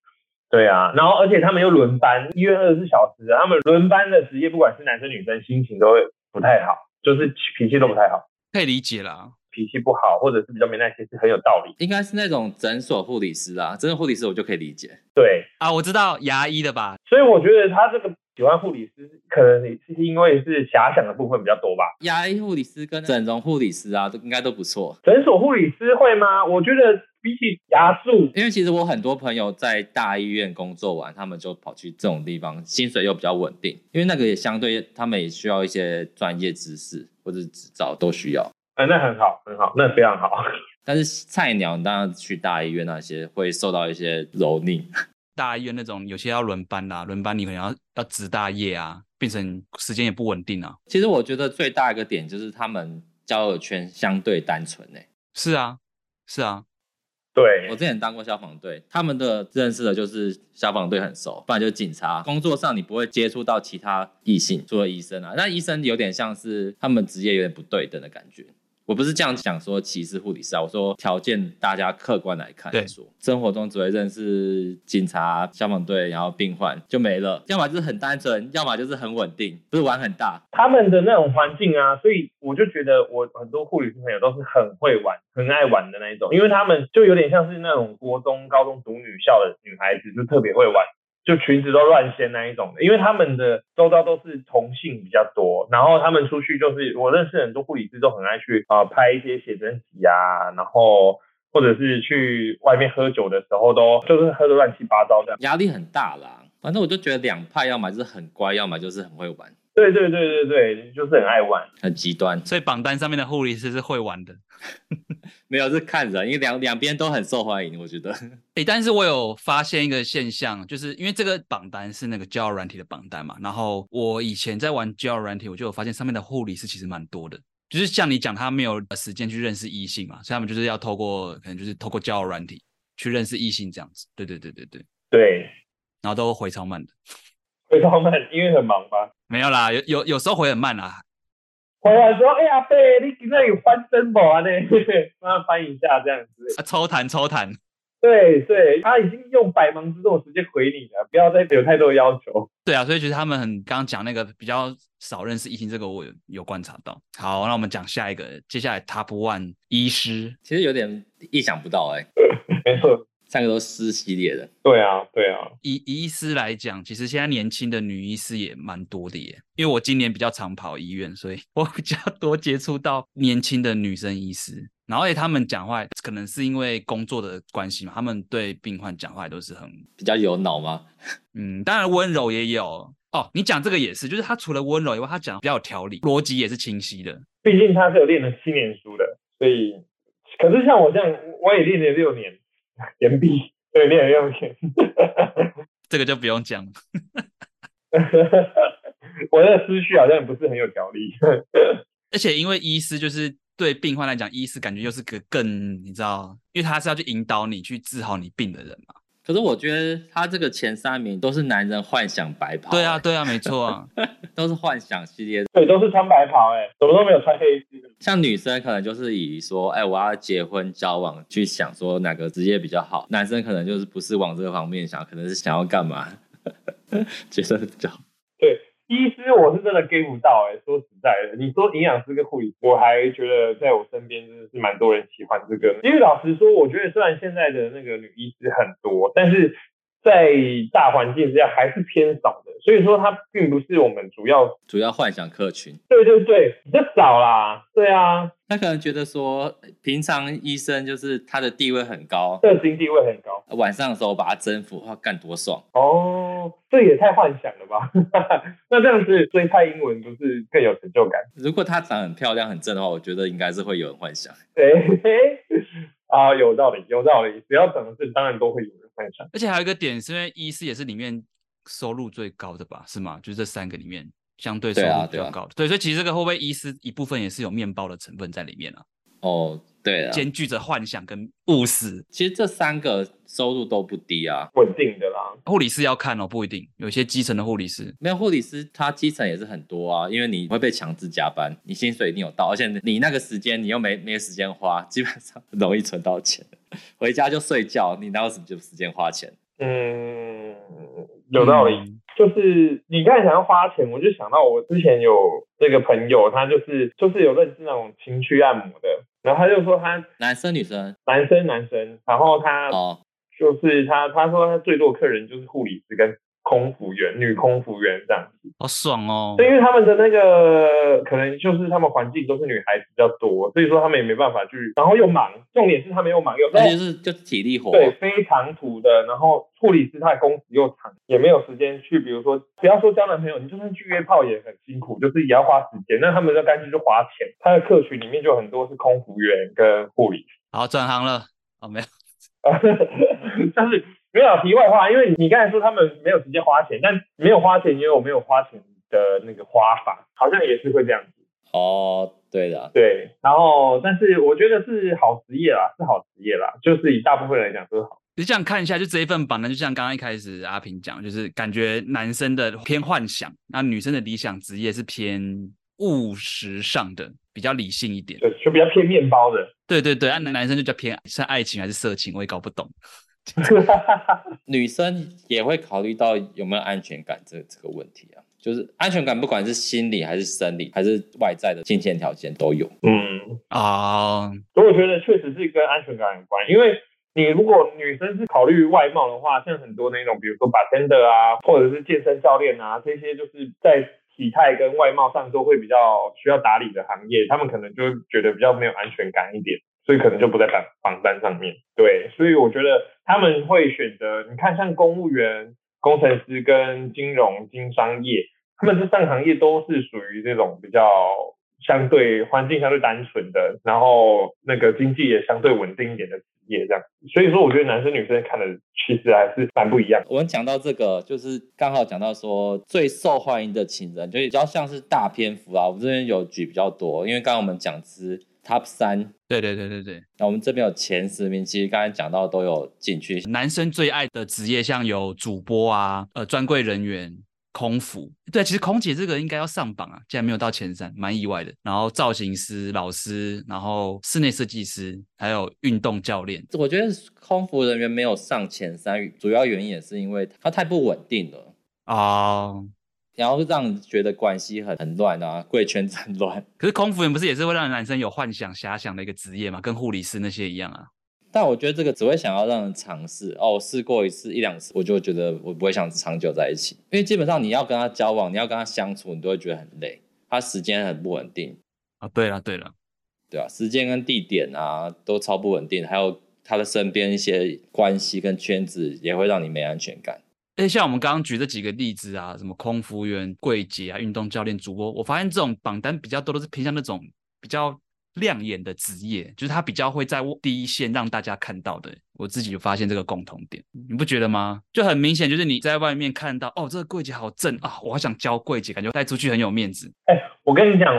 S1: 对啊，然后而且他们又轮班，医院二十四小时，啊他们轮班的职业，不管是男生女生，心情都会不太好，就是脾气都不太好，
S3: 可以理解啦。
S1: 脾气不好或者是比较没耐心是很有道理。
S2: 应该是那种诊所护理师啦，真的护理师我就可以理解。
S1: 对，
S3: 啊，我知道牙医的吧？
S1: 所以我觉得他这个喜欢护理师，可能也是因为是遐想的部分比较多吧。
S2: 牙医护理师跟整容护理师啊，都应该都不错。
S1: 诊所护理师会吗？我觉得比起牙术，
S2: 因为其实我很多朋友在大医院工作完，他们就跑去这种地方，薪水又比较稳定，因为那个也相对他们也需要一些专业知识或者执照都需要。
S1: 呃，那很好，很好，那非常好。
S2: 但是菜鸟你当然去大医院那些会受到一些蹂躏，
S3: 大医院那种有些要轮班啦、轮班你可能要要值大夜啊，变成时间也不稳定啊。
S2: 其实我觉得最大一个点就是他们交友圈相对单纯欸诶、
S3: 是啊，是啊，
S1: 对
S2: 我，之前当过消防队，他们的认识的就是消防队很熟，不然就是警察。工作上你不会接触到其他异性，除了医生啊，那医生有点像是他们职业有点不对等的感觉。我不是这样讲说歧视护理师啊，我说条件大家客观来看
S3: 对
S2: 说，生活中只会认识警察、消防队，然后病患就没了，要么就是很单纯，要么就是很稳定，不是玩很大，
S1: 他们的那种环境啊，所以我就觉得我很多护理师朋友都是很会玩、很爱玩的那一种，因为他们就有点像是那种国中、高中读女校的女孩子，就特别会玩，就裙子都乱掀那一种的。因为他们的周遭都是同性比较多，然后他们出去就是我认识很多护理师都很爱去啊、呃拍一些写真集啊，然后或者是去外面喝酒的时候都就是喝的乱七八糟这样。
S2: 压力很大啦。反正我就觉得两派，要么就是很乖，要么就是很会玩，
S1: 对对对对对，就是很爱玩。
S2: 很极端。
S3: 所以榜单上面的护理师是会玩的。
S2: 没有，是看人，因为两两边都很受欢迎，我觉得。
S3: 诶，但是我有发现一个现象，就是因为这个榜单是那个交友软体的榜单嘛，然后我以前在玩交友软体，我就有发现上面的护理师其实蛮多的，就是像你讲，他没有呃时间去认识异性嘛，所以他们就是要透过可能就是透过交友软体去认识异性这样子，对对对对对，
S1: 对，
S3: 然后都回超慢的，
S1: 非常慢，因为很忙吧。
S3: 没有啦，有有有时候回很慢啦，
S1: 回来说，哎、阿伯，你今天有翻身不 啊？呢，帮他翻一下这样子。
S3: 啊抽痰抽痰，
S1: 对对，他已经用百忙之中的时间回你了，不要再有太多要求。
S3: 对啊，所以其实他们很刚刚讲那个比较少认识异性，这个我有有观察到。好，那我们讲下一个，接下来 Top One 医师。
S2: 其实有点意想不到哎、
S1: 没错，
S2: 三个都是系列的，
S1: 对啊，对啊，
S3: 以以医师来讲，其实现在年轻的女医师也蛮多的耶。因为我今年比较常跑医院，所以 我比较多接触到年轻的女生医师。然后，而且他们讲话可能是因为工作的关系嘛，他们对病患讲话也都是很
S2: 比较有脑吗？
S3: 嗯，当然温柔也有哦。哦，你讲这个也是，就是他除了温柔以外，他讲得比较有条理，逻辑也是清晰的。
S1: 毕竟他是有练了七年书的，所以可是像我这样，我也练了六年， 岩壁对，练了六年。
S3: 这个就不用讲了。
S1: 我的思绪好像也不是很有条理。
S3: 而且因为医师就是对病患来讲，医师感觉又是个更你知道，因为他是要去引导你去治好你病的人嘛。
S2: 可是我觉得他这个前三名都是男人幻想白袍，欸
S3: 对啊，，对啊，没错 啊。
S2: 都是幻想系列。
S1: 对，都是穿白袍、哎，怎么都没有穿黑丝。
S2: 像女生可能就是以说，哎，我要结婚交往去想说哪个职业比较好，男生可能就是不是往这个方面想，可能是想要干嘛， 觉得比较好。
S1: 医师我是真的 get 不到哎、说实在的，你说营养师跟护理师，我还觉得在我身边真的是蛮多人喜欢这个。因为老实说，我觉得虽然现在的那个女医师很多，但是在大环境之下还是偏少的，所以说它并不是我们主要。
S2: 主要幻想客群。
S1: 对对对，比较少啦。对啊，
S2: 他可能觉得说，平常医生就是他的地位很高，
S1: 社经地位很高
S2: 晚上的时候把他征服，哇，干多爽！
S1: 哦，这也太幻想了吧？那这样子追蔡英文不是更有成就感？
S2: 如果他长得很漂亮、很正的话，我觉得应该是会有人幻想。
S1: 对，啊，有道理，有道理。只要长得正，当然都会有人分享。
S3: 而且还有一个点是因为医师也是里面收入最高的吧？是吗？就是这三个里面相对收
S2: 对啊
S3: 入比
S2: 对
S3: 较
S2: 啊
S3: 高的。对，所以其实这个会不会医师一部分也是有面包的成分在里面啊？
S2: 哦，对了，
S3: 兼具着幻想跟务实。
S2: 其实这三个收入都不低啊。
S1: 稳定的啦。
S3: 护理师要看哦，不一定，有些基层的护理师
S2: 没有护理师，他基层也是很多啊，因为你会被强制加班，你薪水一定有到，而且你那个时间你又没没时间花，基本上很容易存到钱， 回家就睡觉，你哪有什么时间花钱？
S1: 嗯，有道理。
S3: 嗯
S1: 就是你刚才想要花钱，我就想到我之前有那个朋友，他就是就是有认识那种情趣按摩的，然后他就说他
S2: 男生女生
S1: 男生男生，然后他
S2: 哦，
S1: 就是他他说他最多的客人就是护理师跟空服员，女空服员这样子。
S3: 好爽哦
S1: 所。以因为他们的那个可能就是他们环境都是女孩子比较多，所以说他们也没办法去，然后又忙，重点是他们又忙又
S2: 而且就是就是体力活，
S1: 对，非常土的。然后护理师他的工时又长，也没有时间去，比如说不要说交男朋友，你就算去约炮也很辛苦，就是也要花时间。那他们就干脆就花钱。他的客群里面就很多是空服员跟护理，
S3: 好，转行了。哦，没有，
S1: 但是没有题外话，因为你刚才说他们没有时间花钱，但没有花钱也有没有花钱的那个花法，好像也是会这样子。
S2: 哦，对的，
S1: 对，然后但是我觉得是好职业啦，是好职业啦，就是以大部分人来讲都是好。
S3: 你这样看一下，就这一份榜单，就像刚刚一开始阿平讲，就是感觉男生的偏幻想，那女生的理想职业是偏务实上的，比较理性一点。
S1: 就就比较偏面包的，
S3: 对对对，啊，男男生就比较偏是爱情还是色情，我也搞不懂。
S2: 女生也会考虑到有没有安全感这这个问题啊，就是安全感，不管是心理还是生理还是外在的金钱条件都有。
S1: 嗯，
S3: 哦，
S1: 所以我觉得确实是跟安全感有关，因为你如果女生是考虑外貌的话，像很多那种比如说 bartender 啊，或者是健身教练啊，这些就是在体态跟外貌上都会比较需要打理的行业，他们可能就觉得比较没有安全感一点。所以可能就不在榜榜单上面，对，所以我觉得他们会选择，你看像公务员、工程师跟金融经商业，他们这三个行业都是属于这种比较相对环境相对单纯的，然后那个经济也相对稳定一点的职业这样。所以说，我觉得男生女生看的其实还是蛮不一样的。
S2: 我们讲到这个，就是刚好讲到说最受欢迎的情人，就比较像是大篇幅啊。我们这边有举比较多，因为刚刚我们讲是 top 三，
S3: 对对对对对，
S2: 那我们这边有前十名，其实刚才讲到都有进去。
S3: 男生最爱的职业像有主播啊，呃，专柜人员、空服。对，其实空姐这个应该要上榜啊，竟然没有到前三，蛮意外的。然后造型师、老师，然后室内设计师，还有运动教练。
S2: 我觉得空服人员没有上前三，主要原因也是因为他太不稳定了，
S3: 哦，
S2: 然后让人觉得关系很很乱啊，贵圈子很乱。
S3: 可是空服员不是也是会让男生有幻想、遐想的一个职业嘛，跟护理师那些一样啊。
S2: 但我觉得这个只会想要让人尝试哦，我试过一次一两次，我就觉得我不会想长久在一起，因为基本上你要跟他交往，你要跟他相处，你都会觉得很累，他时间很不稳定，
S3: 啊，对了对了，
S2: 对吧、时间跟地点啊都超不稳定，还有他的身边一些关系跟圈子也会让你没安全感。
S3: 而且像我们刚刚举这几个例子啊，什么空服员、柜姐啊、运动教练、主播，我发现这种榜单比较多都是偏向那种比较亮眼的职业，就是他比较会在第一线让大家看到的。我自己有发现这个共同点，你不觉得吗？就很明显，就是你在外面看到，哦，这个柜姐好正啊，我好想教柜姐，感觉带出去很有面子。
S1: 我跟你讲，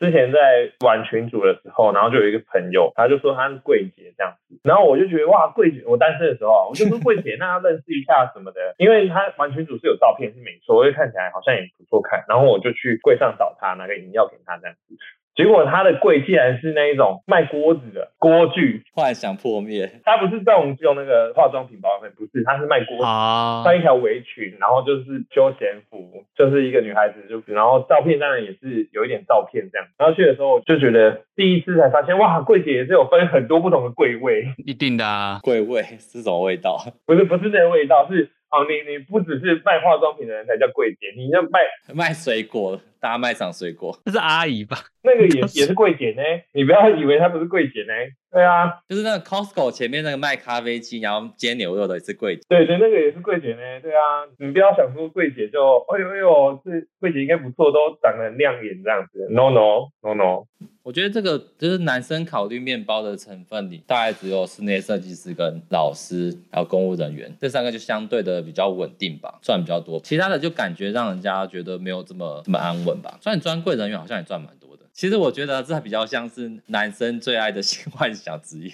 S1: 之前在玩群组的时候，然后就有一个朋友，他就说他是柜姐这样子，然后我就觉得哇，柜姐，我单身的时候啊，我就说柜姐，那要认识一下什么的，因为他玩群组是有照片是没错，我就看起来好像也不错看，然后我就去柜上找他，拿个饮料给他这样子。结果他的柜竟然是那一种卖锅子的锅具，
S2: 幻想破灭，
S1: 他不是这种用那个化妆品保养品，不是，他是卖锅子。
S3: 啊
S1: 穿一条围裙，然后就是休闲服，就是一个女孩子，就然后照片当然也是有一点照片这样。然后去的时候就觉得第一次才发现，哇，柜姐也是有分很多不同的柜位，
S3: 一定的啊，
S2: 贵味是什么味道？
S1: 不是不是那个味道，是哦，你你不只是卖化妆品的人才叫柜姐，你那卖
S2: 卖水果，大卖场水果，
S3: 那是阿姨吧？
S1: 那个也也是柜姐呢，你不要以为她不是柜姐呢，对啊，
S2: 就是那个 Costco 前面那个卖咖啡机，然后煎牛肉的也是贵。
S1: 对对，那个也是柜姐呢，对啊，你不要想说柜姐就，哎呦哎呦，这柜姐应该不错，都长得很亮眼这样子，no no no no，
S2: 我觉得这个就是男生考虑面包的成分里，大概只有室内设计师跟老师，还有公务人员这三个就相对的比较稳定吧，赚比较多。其他的就感觉让人家觉得没有这么这么安稳吧。虽然专柜人员好像也赚蛮多的，其实我觉得这比较像是男生最爱的新幻想职业，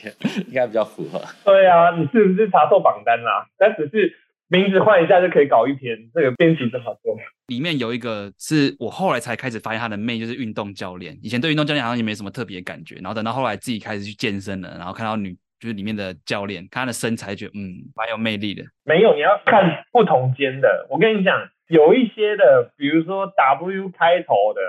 S2: 应该比较符合。
S1: 对啊，你是不是查错榜单啦、但只是名字换一下就可以搞一篇，这个编辑真好做。
S3: 里面有一个是我后来才开始发现他的妹，就是运动教练。以前对运动教练好像也没什么特别感觉，然后等到后来自己开始去健身了，然后看到女就是里面的教练，看她的身材，觉得嗯蛮有魅力的。
S1: 没有，你要看不同间的。我跟你讲，有一些的，比如说 W 开头的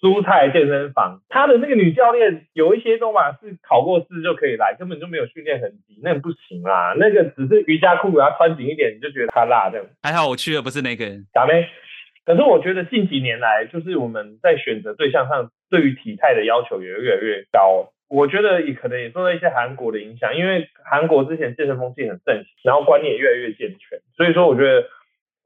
S1: 蔬菜健身房，他的那个女教练有一些都嘛是考过试就可以来，根本就没有训练痕迹，那不行啦。那个只是瑜伽裤给她穿紧一点，你就觉得她辣这样。
S3: 还好我去的不是那个人，
S1: 打咩？可是我觉得近几年来，就是我们在选择对象上，对于体态的要求也越来越高。我觉得也可能也受到一些韩国的影响，因为韩国之前健身风气很盛行，然后观念也越来越健全，所以说我觉得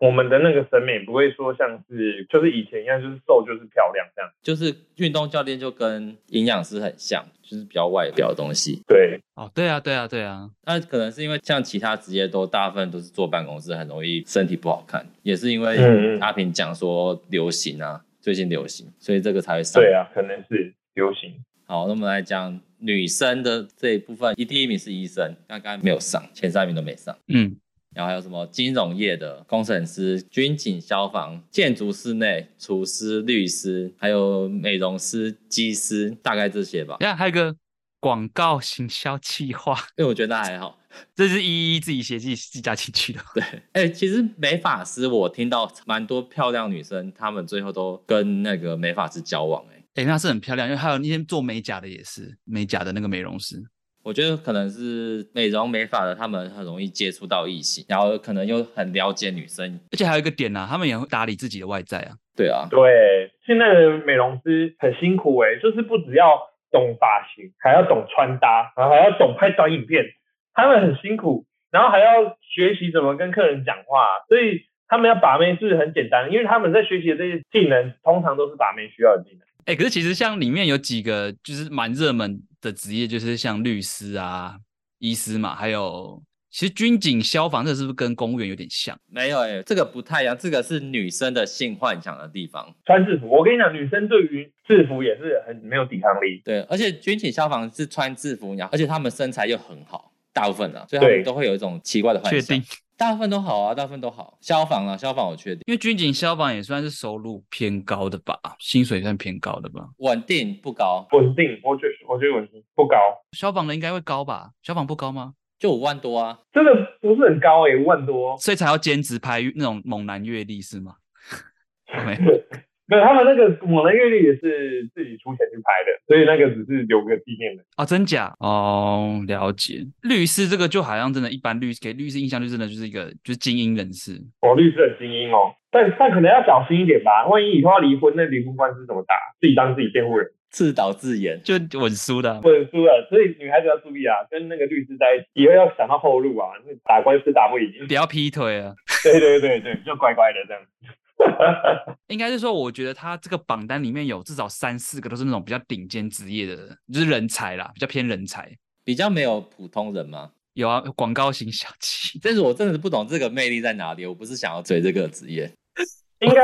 S1: 我们的那个审美不会说像是就是以前一样，就是瘦就是漂亮这样。
S2: 就是运动教练就跟营养师很像，就是比较外表的东西。
S1: 对，
S3: 哦，对啊，对啊，对啊，
S2: 那可能是因为像其他职业都大部分都是坐办公室，很容易身体不好看，也是因
S1: 嗯
S2: 为
S1: 嗯
S2: 阿平讲说流行啊，最近流行，所以这个才会上。
S1: 对啊，可能是流行。
S2: 好，那我们来讲女生的这一部分，一第一名是医生，刚刚没有上，前三名都没上。
S3: 嗯，
S2: 然后还有什么金融业的工程师、军警、消防、建筑室内、厨师、律师，还有美容师、技师，大概这些吧。
S3: 然后还有一个广告行销企划，
S2: 因为哎我觉得还好。
S3: 这是一一自己写自己自己加进去的。
S2: 哎、其实美发师，我听到蛮多漂亮女生，她们最后都跟那个美发师交往、哎，
S3: 哎，那是很漂亮，因为还有那些做美甲的也是美甲的那个美容师，
S2: 我觉得可能是美容美发的，她们很容易接触到异性，然后可能又很了解女生。
S3: 而且还有一个点啊，他们也会打理自己的外在啊。
S2: 对啊，
S1: 对，现在的美容师很辛苦哎、就是不只要懂发型，还要懂穿搭，然后还要懂拍短影片，他们很辛苦，然后还要学习怎么跟客人讲话，所以他们要把妹是很简单的，因为他们在学习的这些技能，通常都是把妹需要的技能。
S3: 哎、可是其实像里面有几个就是蛮热门的职业，就是像律师啊、医师嘛，还有其实军警、消防，这是不是跟公务员有点像？
S2: 没有哎、这个不太一样，这个是女生的性幻想的地方。
S1: 穿制服，我跟你讲，女生对于制服也是很没有抵抗力。
S2: 对，而且军警、消防是穿制服，然后而且她们身材又很好，大部分啊，所以她们
S1: 对
S2: 都会有一种奇怪的幻
S3: 确
S2: 想。
S3: 定，
S2: 大部分都好啊，大部分都好。消防啊，消防我确定。
S3: 因为军警、消防也算是收入偏高的吧，薪水也算偏高的吧。
S2: 稳定不高，
S1: 稳定，我觉得我觉得稳定不高，
S3: 消防的应该会高吧？消防不高吗？
S2: 就五万多啊。
S1: 真的不是很高欸诶、五万多。
S3: 所以才要兼职拍那种猛男阅历是吗？没
S1: 没有，他们那个我的阅历也是自己出钱去拍的，所以那个只是留个纪念的。
S3: 哦，真假哦，了解。律师这个就好像真的，一般律给律师印象就真的就是一个就是精英人士，
S1: 哦，律师很精英哦，但但可能要小心一点吧，万一以后要离婚，那离婚官司怎么打？自己当自己辩护人。
S2: 自导自演。
S3: 就稳输的啊、
S1: 稳输了，所以女孩子要注意啊，跟那个律师在一起，以后要想到后路啊，那打官司打 不赢。
S3: 不要劈腿啊。
S1: 对对对对，就乖乖的这样。
S3: 应该是说，我觉得他这个榜单里面有至少三四个都是那种比较顶尖职业的人，就是人才啦，比较偏人才。
S2: 比较没有普通人嘛。
S3: 有啊，广告型小企，
S2: 但是我真的是不懂这个魅力在哪里。我不是想要追这个职业，
S1: 应该，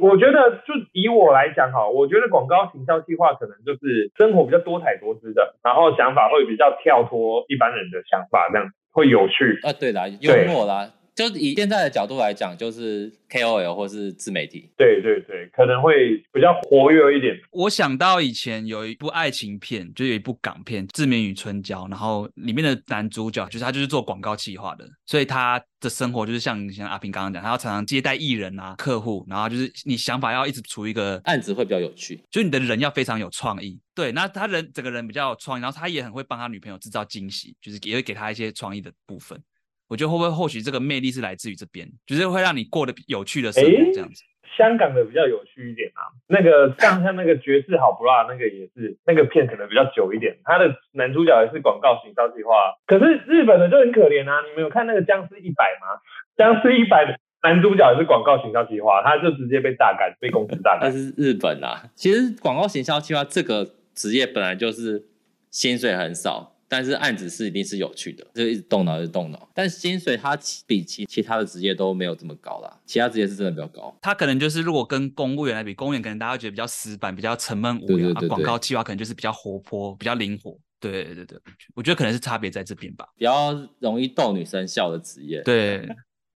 S1: 我觉得就以我来讲哈，我觉得广告行销计划可能就是生活比较多彩多姿的，然后想法会比较跳脱一般人的想法，这样会有趣。
S2: 啊，对啦，幽默啦，就以现在的角度来讲，就是 KOL 或是自媒体。
S1: 对对对，可能会比较活跃一点。
S3: 我想到以前有一部爱情片，就有一部港片《志明与春娇》，然后里面的男主角就是他就是做广告企划的，所以他的生活就是像像阿平刚刚讲，他要常常接待艺人啊、客户，然后就是你想法要一直处于一个，
S2: 案子会比较有趣，
S3: 就是你的人要非常有创意。对，那他人整个人比较有创意，然后他也很会帮他女朋友制造惊喜，就是也会给他一些创意的部分。我觉得会不会或许这个魅力是来自于这边，就是会让你过得有趣的生活
S1: 诶
S3: 这样子。
S1: 香港的比较有趣一点啊，那个像像那个爵士好不辣那个也是那个片可能比较久一点，他的男主角也是广告行销计划，可是日本的就很可怜啊，你们有看那个僵尸一百吗？僵尸一百的男主角也是广告行销计划，他就直接被榨干，被公司榨干
S2: 但。是日本啦，其实广告行销计划这个职业本来就是薪水很少，但是案子是一定是有趣的，就一直动脑就动脑。但薪水它其比其其他的职业都没有这么高啦，其他职业是真的比较高。
S3: 他可能就是如果跟公务员来比，公务员可能大家会觉得比较死板、比较沉闷无
S2: 对
S3: 聊，
S2: 对
S3: 啊
S2: 对
S3: 广
S2: 对
S3: 告计划可能就是比较活泼、比较灵活。对对对对，我觉得可能是差别在这边吧。
S2: 比较容易逗女生笑的职业，
S3: 对，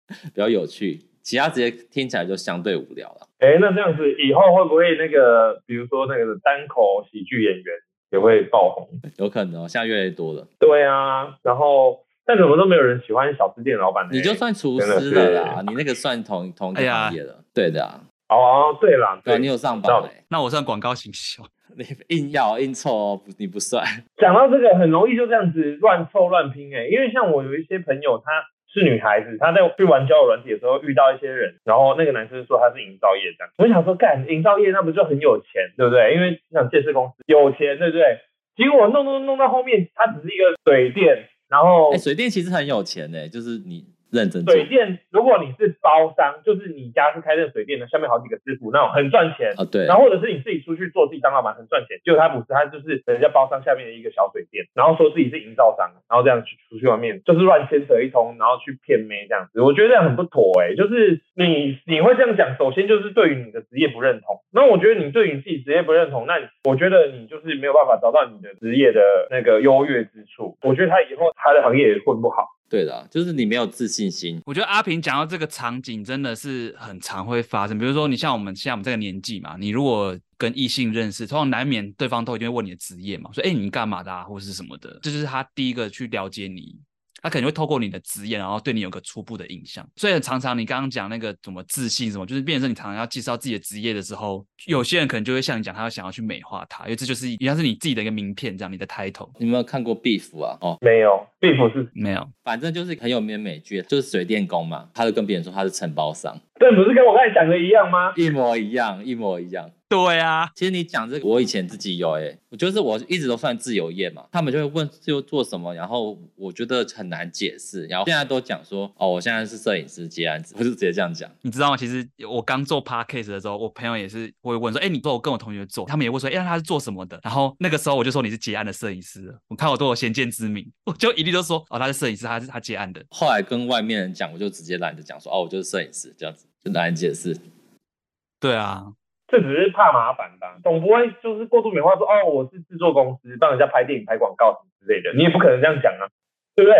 S2: 比较有趣。其他职业听起来就相对无聊了。
S1: 哎，那这样子以后会不会那个，比如说那个单口喜剧演员也会爆红？
S2: 有可能哦，现在越来越多了。
S1: 对啊，然后但怎么都没有人喜欢小吃店老板呢？欸
S2: 你就算厨师了啦，你那个算同同一
S3: 哎
S2: 个
S3: 呀
S2: 行业了。对的啊，
S1: 哦，对啦，
S2: 对啊，
S1: 对，
S2: 你有上
S1: 道
S2: 班
S1: 理
S2: 欸
S3: 那我算广告行销，
S2: 你 硬要硬凑哦，不你不算。
S1: 讲到这个，很容易就这样子乱凑乱拼哎、因为像我有一些朋友，她是女孩子，她在去玩交友软体的时候遇到一些人，然后那个男生说他是营造业这样，我想说干营造业那不就很有钱对不对？因为像建设公司有钱对不对？结果弄弄弄到后面，他只是一个水电，然后
S2: 哎、水电其实很有钱呢、就是你认真做
S1: 水电，如果你是包商，就是你家是开这个水电的，下面好几个师傅那种很赚钱。
S2: 哦，对
S1: 然，后或者是你自己出去做自己当老板很赚钱，结果他不是，他就是人家包商下面的一个小水电，然后说自己是营造商，然后这样去出去外面就是乱牵扯一通，然后去骗妹这样子，我觉得这样很不妥哎、就是你你会这样讲，首先就是对于你的职业不认同，那我觉得你对于你自己职业不认同，那你我觉得你就是没有办法找到你的职业的那个优越之处，我觉得他以后他的行业也混不好。
S2: 对的啊，就是你没有自信心。
S3: 我觉得阿平讲到这个场景真的是很常会发生。比如说，你像我们现在我们这个年纪嘛，你如果跟异性认识，通常难免对方都一定会问你的职业嘛，说哎、你干嘛的、啊，或是什么的，这就是他第一个去了解你。他可能会透过你的职业，然后对你有个初步的印象。所以常常你刚刚讲那个什么自信什么，就是变成是你常常要介绍自己的职业的时候，有些人可能就会像你讲，他想要去美化它，因为这就是一像是你自己的一个名片，这样你的 title
S2: 你有没有看过 Beef 啊？哦，
S1: 没有，并不是，
S3: 没有。
S2: 反正就是很有名的美剧，就是水电工嘛，他就跟别人说他是承包商，
S1: 这不是跟我刚才讲的一样吗？
S2: 一模一样，一模一样。
S3: 对啊，
S2: 其实你讲这个，我以前自己有哎、我就是我一直都算自由业嘛，他们就会问就做什么，然后我觉得很难解释，然后现在都讲说哦，我现在是摄影师接案子，我就 直接这样讲。
S3: 你知道吗？其实我刚做 podcast 的时候，我朋友也是会问说：“哎、你做我跟我同学做，他们也会说，哎、那他是做什么的？”然后那个时候我就说你是结案的摄影师了，我看我都有先见之明， 我就一律都说：“哦，他是摄影师，他是他结案的。
S2: 后来跟外面人讲，我就直接懒得讲说哦，我就是摄影师这样子，就懒得解释。”
S3: 对啊，
S1: 这只是怕麻烦吧，总不会就是过度美化说哦，我是制作公司，帮人家拍电影、拍广告什么之类的，你也不可能这样讲啊，对不对？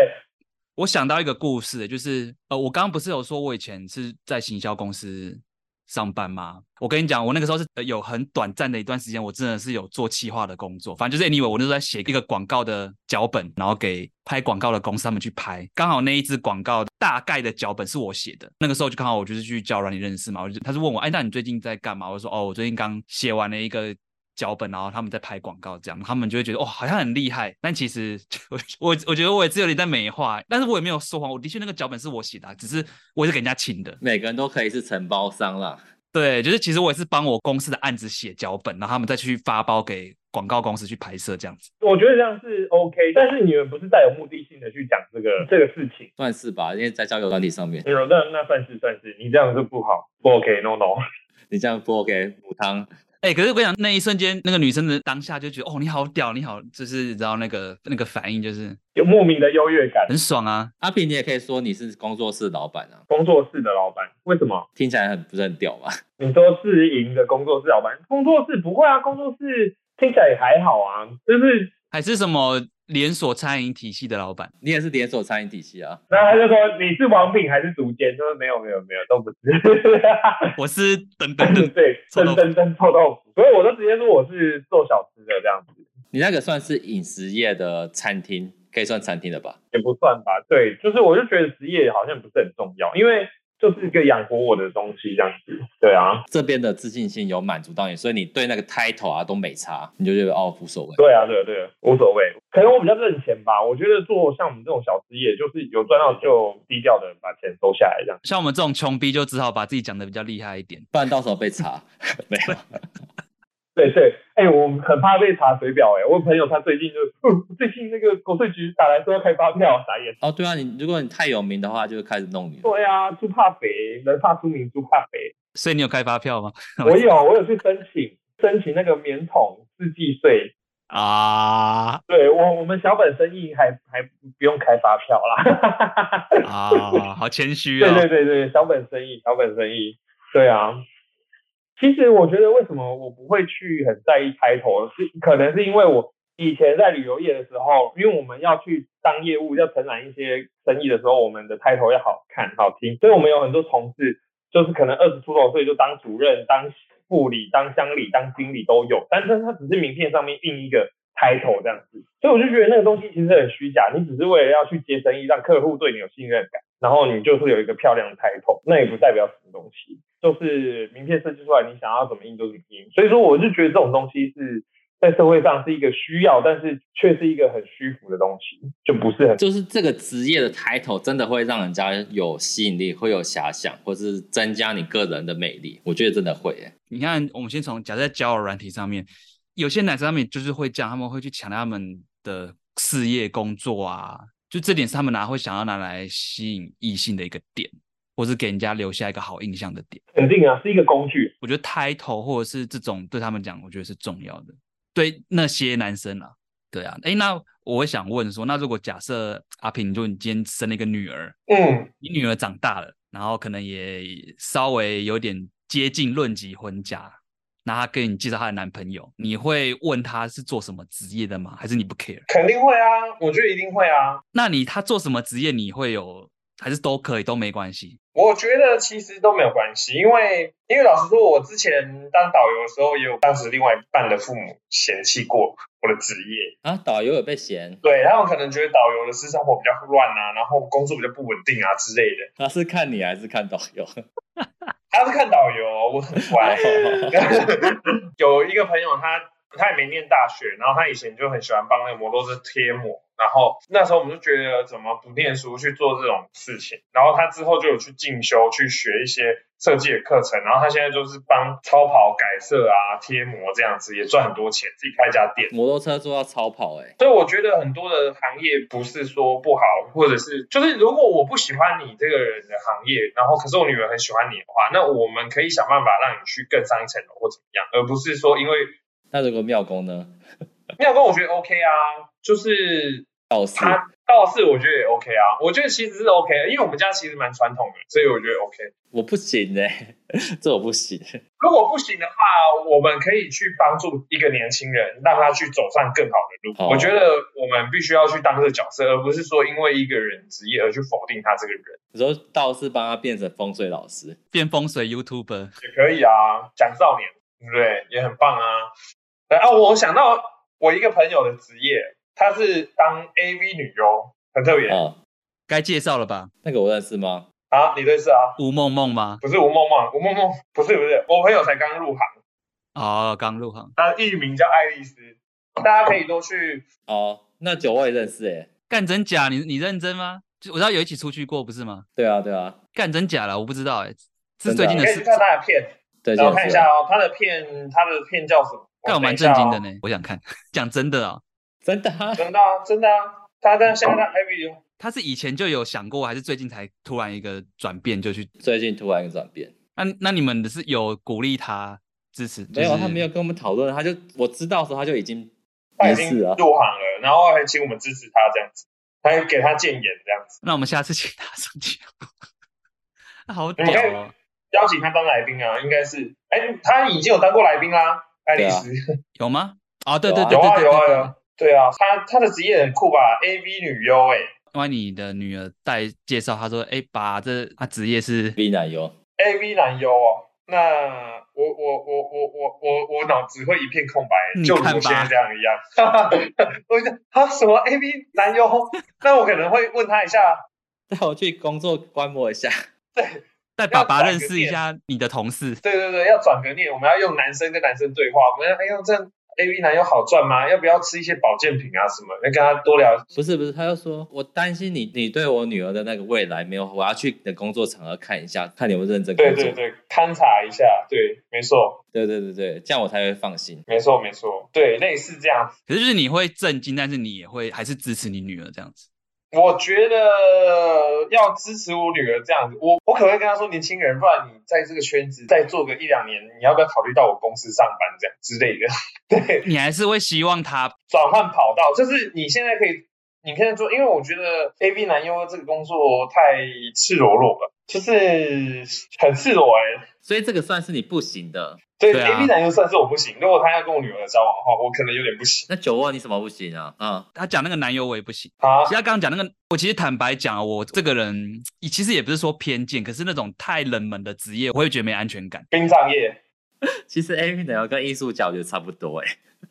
S3: 我想到一个故事，就是呃，我刚刚不是有说我以前是在行销公司上班吗？我跟你讲，我那个时候是呃有很短暂的一段时间，我真的是有做企划的工作，反正就是 anyway，我那时候在写一个广告的脚本，然后给拍广告的公司他们去拍，刚好那一支广告大概的脚本是我写的，那个时候就刚好我就是去交友软你认识嘛，我就他就问我，哎，那你最近在干嘛？我就说哦，我最近刚写完了一个脚本，然后他们在拍广告，这样他们就会觉得哦，好像很厉害。但其实 我我我觉得我也是有点在美化，但是我也没有说谎，我的确那个脚本是我写的啊，只是我也是给人家请的。
S2: 每个人都可以是承包商啦，
S3: 对，就是其实我也是帮我公司的案子写脚本，然后他们再去发包给广告公司去拍摄这样子。
S1: 我觉得这样是 OK，但是你们不是带有目的性的去讲这个这个事情，
S2: 算是吧，因为在交友软体上面，
S1: 你说那那算是算是，你这样是不好，不 OK，no no，
S2: 你这样不 OK，补汤
S3: 哎、可是我跟你讲，那一瞬间，那个女生的当下就觉得，哦，你好屌，你好，就是你知道那个那个反应就是
S1: 有莫名的优越感。
S3: 很爽啊。
S2: 阿平，你也可以说你是工作室老板啊，
S1: 工作室的老板为什么？
S2: 听起来很不是很屌吧？
S1: 你说自营的工作室老板，工作室不会啊，工作室听起来也还好啊，就是
S3: 还是什么连锁餐饮体系的老板，
S2: 你也是连锁餐饮体系啊，
S1: 然后他就说你是王品还是竹间，就是没有没有没有都不是。
S3: 我是等等等，
S1: 对，
S3: 臭
S1: 真
S3: 豆腐
S1: 真真臭豆腐，所以我都直接说我是做小吃的这样子，
S2: 你那个算是饮食业的餐厅，可以算餐厅的吧？
S1: 也不算吧。对，就是我就觉得职业好像不是很重要，因为就是一个养活我的东西这样子。对啊，
S2: 这边的自信心有满足到你，所以你对那个 title 啊都没差，你就觉得哦无所谓。
S1: 对啊，对啊对啊，无所谓。可能我比较认钱吧，我觉得做像我们这种小职业，就是有赚到就低调的把钱收下来这样。
S3: 像我们这种穷逼就只好把自己讲的比较厉害一点。
S2: 不然到时候被 查，没有
S1: 对对，哎、我很怕被查水表哎、我朋友他最近就， 嗯，最近那个国税局打来说要开发票，傻眼。
S2: 哦，对啊，你如果你太有名的话，就开始弄你了。
S1: 对啊，猪怕肥，人怕出名，猪怕肥。
S3: 所以你有开发票吗？
S1: 我有，我有去申请申请那个免统自计税。
S3: 啊
S1: 对我，我们小本生意还还不用开发票啦。
S3: 啊，好谦虚
S1: 对
S3: 哦。
S1: 对对对，小本生意，小本生意。对啊，其实我觉得为什么我不会去很在意开头，是可能是因为我以前在旅游业的时候，因为我们要去当业务，要承揽一些生意的时候，我们的开头要好看、好听，所以我们有很多同事就是可能二十出头岁就当主任、当副理、当乡里、当经理都有，但是他只是名片上面印一个 title 这样子，所以我就觉得那个东西其实很虚假，你只是为了要去接生意，让客户对你有信任感，然后你就是有一个漂亮的 title，那也不代表什么东西，就是名片设计出来，你想要怎么印就怎么印。所以说，我就觉得这种东西是。在社会上是一个需要，但是却是一个很虚浮的东西，就不是很
S2: 就是这个职业的 title 真的会让人家有吸引力，会有遐想，或是增加你个人的魅力。我觉得真的会、欸。
S3: 你看，我们先从假设在交友软体上面，有些男生他们就是会这样，他们会去强调他们的事业、工作啊，就这点是他们拿会想要拿来吸引异性的一个点，或是给人家留下一个好印象的点。
S1: 肯定啊，是一个工具。
S3: 我觉得 title 或者是这种对他们讲，我觉得是重要的。对那些男生啊，对啊，诶，那我会想问说，那如果假设阿平，就你今天生了一个女儿，
S1: 嗯，
S3: 你女儿长大了，然后可能也稍微有点接近论及婚嫁，那她跟你介绍她的男朋友，你会问她是做什么职业的吗？还是你不 care？
S1: 肯定会啊，我觉得一定会啊。
S3: 那你她做什么职业，你会有还是都可以都没关系？
S1: 我觉得其实都没有关系，因为因为老实说，我之前当导游的时候，也有当时另外一半的父母嫌弃过我的职业，
S2: 啊，导游有被嫌，
S1: 对他们可能觉得导游的私生活比较乱啊，然后工作比较不稳定啊之类的。
S2: 他是看你还是看导游？
S1: 他是看导游，我很乖。 有一个朋友他，他也没念大学，然后他以前就很喜欢帮那个摩托车贴膜，然后那时候我们就觉得怎么不念书去做这种事情，然后他之后就有去进修去学一些设计的课程，然后他现在就是帮超跑改色啊、贴膜这样子，也赚很多钱，自己开一家店。
S2: 摩托车做到超跑、欸，
S1: 所以我觉得很多的行业不是说不好，或者是就是如果我不喜欢你这个人的行业，然后可是我女儿很喜欢你的话，那我们可以想办法让你去更上一层楼或怎么样，而不是说因为
S2: 那如果妙工呢？
S1: 妙公我觉得 OK 啊，就是
S2: 道士
S1: 他道士我觉得也 OK 啊，我觉得其实是 OK，的因为我们家其实蛮传统的，所以我觉得 OK。
S2: 我不行哎、 这我不行。
S1: 如果不行的话，我们可以去帮助一个年轻人，让他去走上更好的路。
S2: 哦
S1: 我觉得我们必须要去当这个角色，而不是说因为一个人职业而去否定他这个人。
S2: 你说道士帮他变成风水老师，
S3: 变风水 YouTuber，
S1: 也可以啊，讲少年，对不对？也很棒啊。对啊，我想到我一个朋友的职业，他是当 AV 女优，很特别。
S2: 哦，
S3: 该介绍了吧？
S2: 那个我认识吗？
S1: 啊，你认识啊？
S3: 吴梦梦吗？
S1: 不是吴梦梦，吴梦梦不是不是，我朋友才刚入行，
S3: 哦，刚入行，
S1: 他艺名叫爱丽丝，大家可以多去。
S2: 哦，那酒我也认识哎、
S3: 干真假？你你认真吗？就我知道有一起出去过，不是吗？
S2: 对啊，对啊，
S3: 干真假了，我不知的啊，我不知道
S2: 真
S3: 哎、是
S2: 的
S3: 最
S2: 啊
S3: 近
S1: 你
S3: 的
S1: 呃可以去，
S3: 事
S1: 看他的片，
S2: 对，
S1: 然后
S2: 健
S1: 看一
S2: 夫
S1: 下哦，他的片，他的片叫什么？
S3: 但我蛮震
S1: 哦
S3: 惊的呢，我想看， 讲真的啊、
S2: 真的啊、
S1: 等一下哦，真的啊，真的啊，他但现在他 Ivy
S3: 他是以前就有想过，还是最近才突然一个转变就去？
S2: 最近突然一个转变，
S3: 那那你们是有鼓励他支持？就
S2: 没有，啊
S3: 是
S2: 他没有跟我们讨论，他就我知道的时候他就已经
S1: 他
S2: 没
S1: 已经
S2: 事啊，
S1: 入行了，然后还请我们支持他这样子，还给他建言这样子，
S3: 那我们下次请 他上节目，那好屌
S1: 们可以
S3: 哦！
S1: 邀请他当来宾啊，应该是，哎，他已经有当过来宾啦，爱丽丝。
S3: 有吗？哦，对
S2: 有
S3: 对
S2: 啊
S3: 对
S1: 有
S3: 对
S1: 啊
S3: 啊对
S1: 有啊
S3: 对
S1: 有啊，对啊，她她的职业很酷吧？A V 女优哎、
S3: 因为你的女儿带介绍，她说：“哎、爸，这她职业是
S2: 逼奶油，
S1: a V 男优哦。那我我我我我我我脑子会一片空白，
S3: 你
S1: 就如
S3: 看吧
S1: 我现在这样一 样。我就啊什么 A V 男优？那我可能会问他一下，
S2: 带我去工作观摩一下，
S3: 带爸爸
S1: 要转
S3: 认
S1: 个
S3: 识一下你的同事。
S1: 对对对，要转个念，我们要用男生跟男生对话，我们要哎呦这样 A V 男优好赚吗？要不要吃一些保健品啊什么？要跟他多聊。
S2: 不是不是，他就说我担心你，你对我女儿的那个未来没有，我要去你的工作场合看一下，看你有没有认真工
S1: 对
S2: 作，
S1: 对对，勘察一下，对，没错
S2: 对对对对这样我才会放心。
S1: 没错没错，对，类似这样子。
S3: 可是就是你会震惊，但是你也会还是支持你女儿这样子。
S1: 我觉得要支持我女儿这样子，我我可能会跟她说，年轻人，不然你在这个圈子再做个一两年，你要不要考虑到我公司上班这样之类的？ 对，
S3: 你还是会希望她
S1: 转换跑道，就是你现在可以，你现在做，因为我觉得 A V 男优这个工作太赤裸裸了，就是很赤裸哎、
S2: 所以这个算是你不行的。
S1: 对
S3: 对啊
S1: A V 男优算是我不行，如果他要跟我女儿交往的话，我可能有点不行
S2: 那酒窝你什么不行啊？啊、
S3: 她讲那个男友我也不行。
S1: 啊
S3: 其实。她刚刚讲那个，我其实坦白讲啊，我这个人其实也不是说偏见，可是那种太冷门的职业，我会觉得没安全感。
S1: 殡葬业，
S2: 其实 A V 奶油跟艺术家我觉得差不多哎、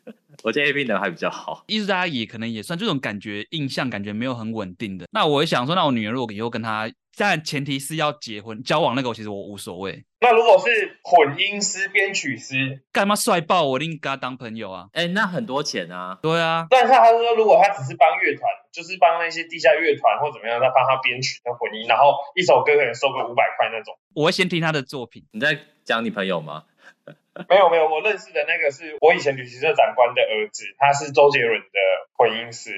S2: 我觉得 A V 奶油还比较好。
S3: 艺术家也可能也算这种感觉，印象感觉没有很稳定的。那我也想说，那我女儿如果以后跟他，但前提是要结婚交往那个，我其实我无所谓。
S1: 那如果是混音师、编曲师，
S3: 干嘛帅爆我，一定跟他当朋友啊。
S2: 哎、那很多钱啊，
S3: 对啊，
S1: 但是他说，如果他只是帮乐团，就是帮那些地下乐团或怎么样，他帮他编曲跟混音，然后一首歌可能收个五百块那种。
S3: 我会先听他的作品。
S2: 你在讲你朋友吗？
S1: 没有没有，我认识的那个是我以前旅行社长官的儿子，他是周杰伦的混音师。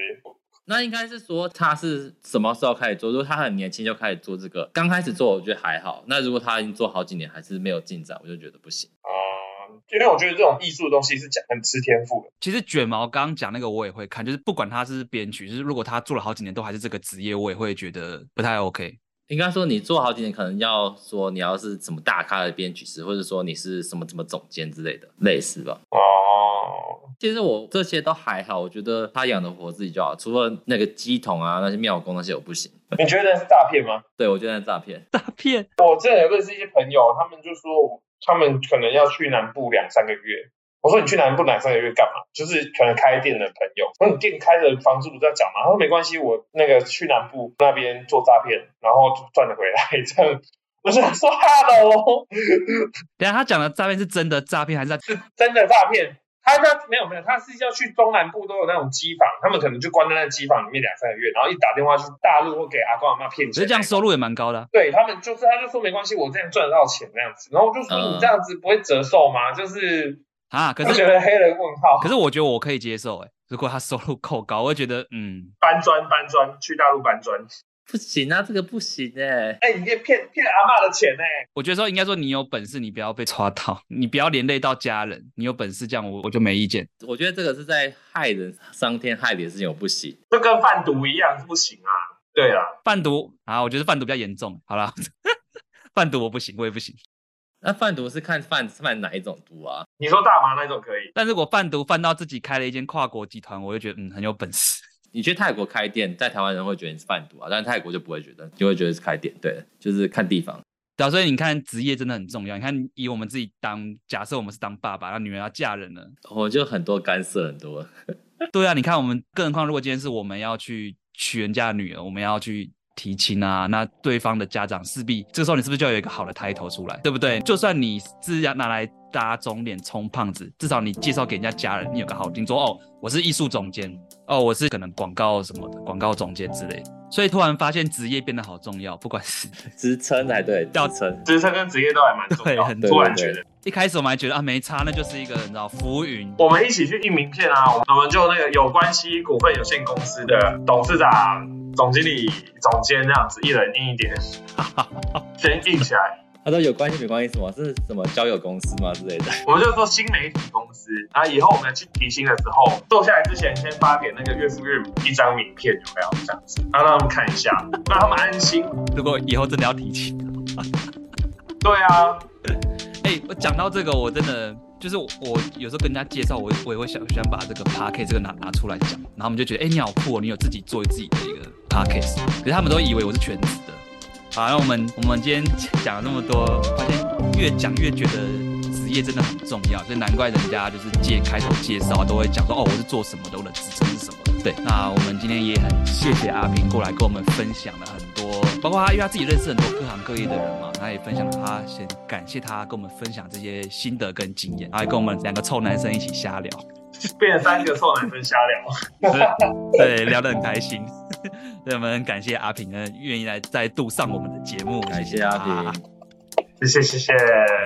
S2: 那应该是说他是什么时候开始做？如果他很年轻就开始做这个，刚开始做我觉得还好。那如果他已经做好几年还是没有进展，我就觉得不行。
S1: 嗯，因为我觉得这种艺术的东西是讲很吃天赋的。
S3: 其实卷毛刚刚讲那个我也会看，就是不管他是编曲，就是如果他做了好几年都还是这个职业，我也会觉得不太 OK。
S2: 应该说你做好几年，可能要说你要是什么大咖的编曲师，或者说你是什么什么总监之类的，类似吧。
S1: 哦，
S2: 其实我这些都还好，我觉得他养得活自己就好，除了那个鸡桶啊、那些庙工那些我不行。
S1: 你觉得是诈骗吗？
S2: 对我觉得那是诈骗，
S3: 诈骗
S1: 我之前有认识一些朋友，他们就说他们可能要去南部两三个月。我说你去南部两三个月干嘛？就是可能开店的朋友，那你店开的房租不是要缴吗？他说没关系，我那个去南部那边做诈骗，然后就赚了回来这样。我是说哈喽，
S3: 等一下他讲的诈骗是真的诈骗还是在？
S1: 真的诈骗。他那没有没有，他是要去中南部都有那种机房，他们可能就关在那机房里面两三个月，然后一打电话去大陆或给阿公阿妈骗
S3: 可
S1: 钱。
S3: 是这样收入也蛮高的啊、
S1: 对他们就是，他就说没关系，我这样赚得到钱这样子。然后我就说
S2: 嗯
S1: 你这样子不会折寿吗？就是
S3: 啊。可
S1: 我觉
S3: 是
S1: 得黑人问号，
S3: 可是我觉得我可以接受哎、如果他收入够高，我会觉得嗯，
S1: 搬砖搬砖去大陆搬砖，
S2: 不行啊，这个不行哎、
S1: 哎、你可以骗骗阿嬷的钱呢、欸
S3: 我觉得说应该说你有本事，你不要被抓到，你不要连累到家人，你有本事这样我我就没意见。
S2: 我觉得这个是在害人、伤天害理的事情，我不行。
S1: 这跟贩毒一样是不行啊。对啊，
S3: 贩毒啊，我觉得贩毒比较严重。好啦， 贩毒我不行，我也不行。
S2: 那贩毒是看贩贩哪一种毒啊？
S1: 你说大麻那种可以，
S3: 但如果贩毒贩到自己开了一间跨国集团，我就觉得嗯很有本事。
S2: 你去泰国开店，在台湾人会觉得你是贩毒啊，但是泰国就不会觉得，就会觉得是开店。对，就是看地方。
S3: 对啊，所以你看职业真的很重要。你看以我们自己当，假设我们是当爸爸，那女儿要嫁人了，
S2: 我哦就很多干涉，很多。
S3: 对啊，你看我们，更何况如果今天是我们要去娶人家的女儿，我们要去提亲啊，那对方的家长势必这个时候你是不是就要有一个好的抬头出来，对不对？就算你是要拿来打肿脸充胖子，至少你介绍给人家家人，你有个好听说哦，我是艺术总监，哦，我是可能广告什么的广告总监之类的。所以突然发现职业变得好重要，不管是
S2: 职称才对，
S3: 要
S2: 职称。
S4: 职称跟职业都还蛮重
S3: 对
S4: 要
S3: 很
S4: 的。
S2: 对
S4: 突然
S2: 对
S4: 觉得
S2: 对，
S3: 一开始我们还觉得啊没差，那就是一个你知道浮云，
S4: 我们一起去印名片啊，我们就那个有关系股份有限公司的董事长、总经理、总监这样子，一人印一 点，先印起来。
S2: 他说有关系没关系什么？是什么交友公司吗之类的？
S4: 我们就说新媒体公司，然后以后我们去提薪的时候，坐下来之前先发给那个岳父岳母一张名片，有没有这样子，然后让他们看一下，让他们安心。
S3: 如果以后真的要提起，
S4: 对啊，
S3: 哎、我讲到这个，我真的就是我我有时候跟人家介绍，我我也会想想把这个 p a c k e t 这个拿拿出来讲，然后我们就觉得，哎、你好酷哦，你有自己做自己的一个 p a c k e t 可是他们都以为我是全职的。好，那我们我们今天讲了那么多，发现越讲越觉得职业真的很重要，所以难怪人家就是介开头介绍都会讲说，哦，我是做什么的，我的职称是什么的。对，那我们今天也很谢谢阿平过来跟我们分享了很多，包括他因为他自己认识很多各行各业的人嘛，他也分享了他先感谢他跟我们分享这些心得跟经验，还跟我们两个臭男生一起 瞎聊。
S4: 变成三个臭男生瞎聊。
S3: 对，聊得很开心。 对，我们很感谢阿平呢，愿意来再度上我们的节目，
S2: 感谢阿
S3: 他
S2: 平，
S4: 谢谢谢谢，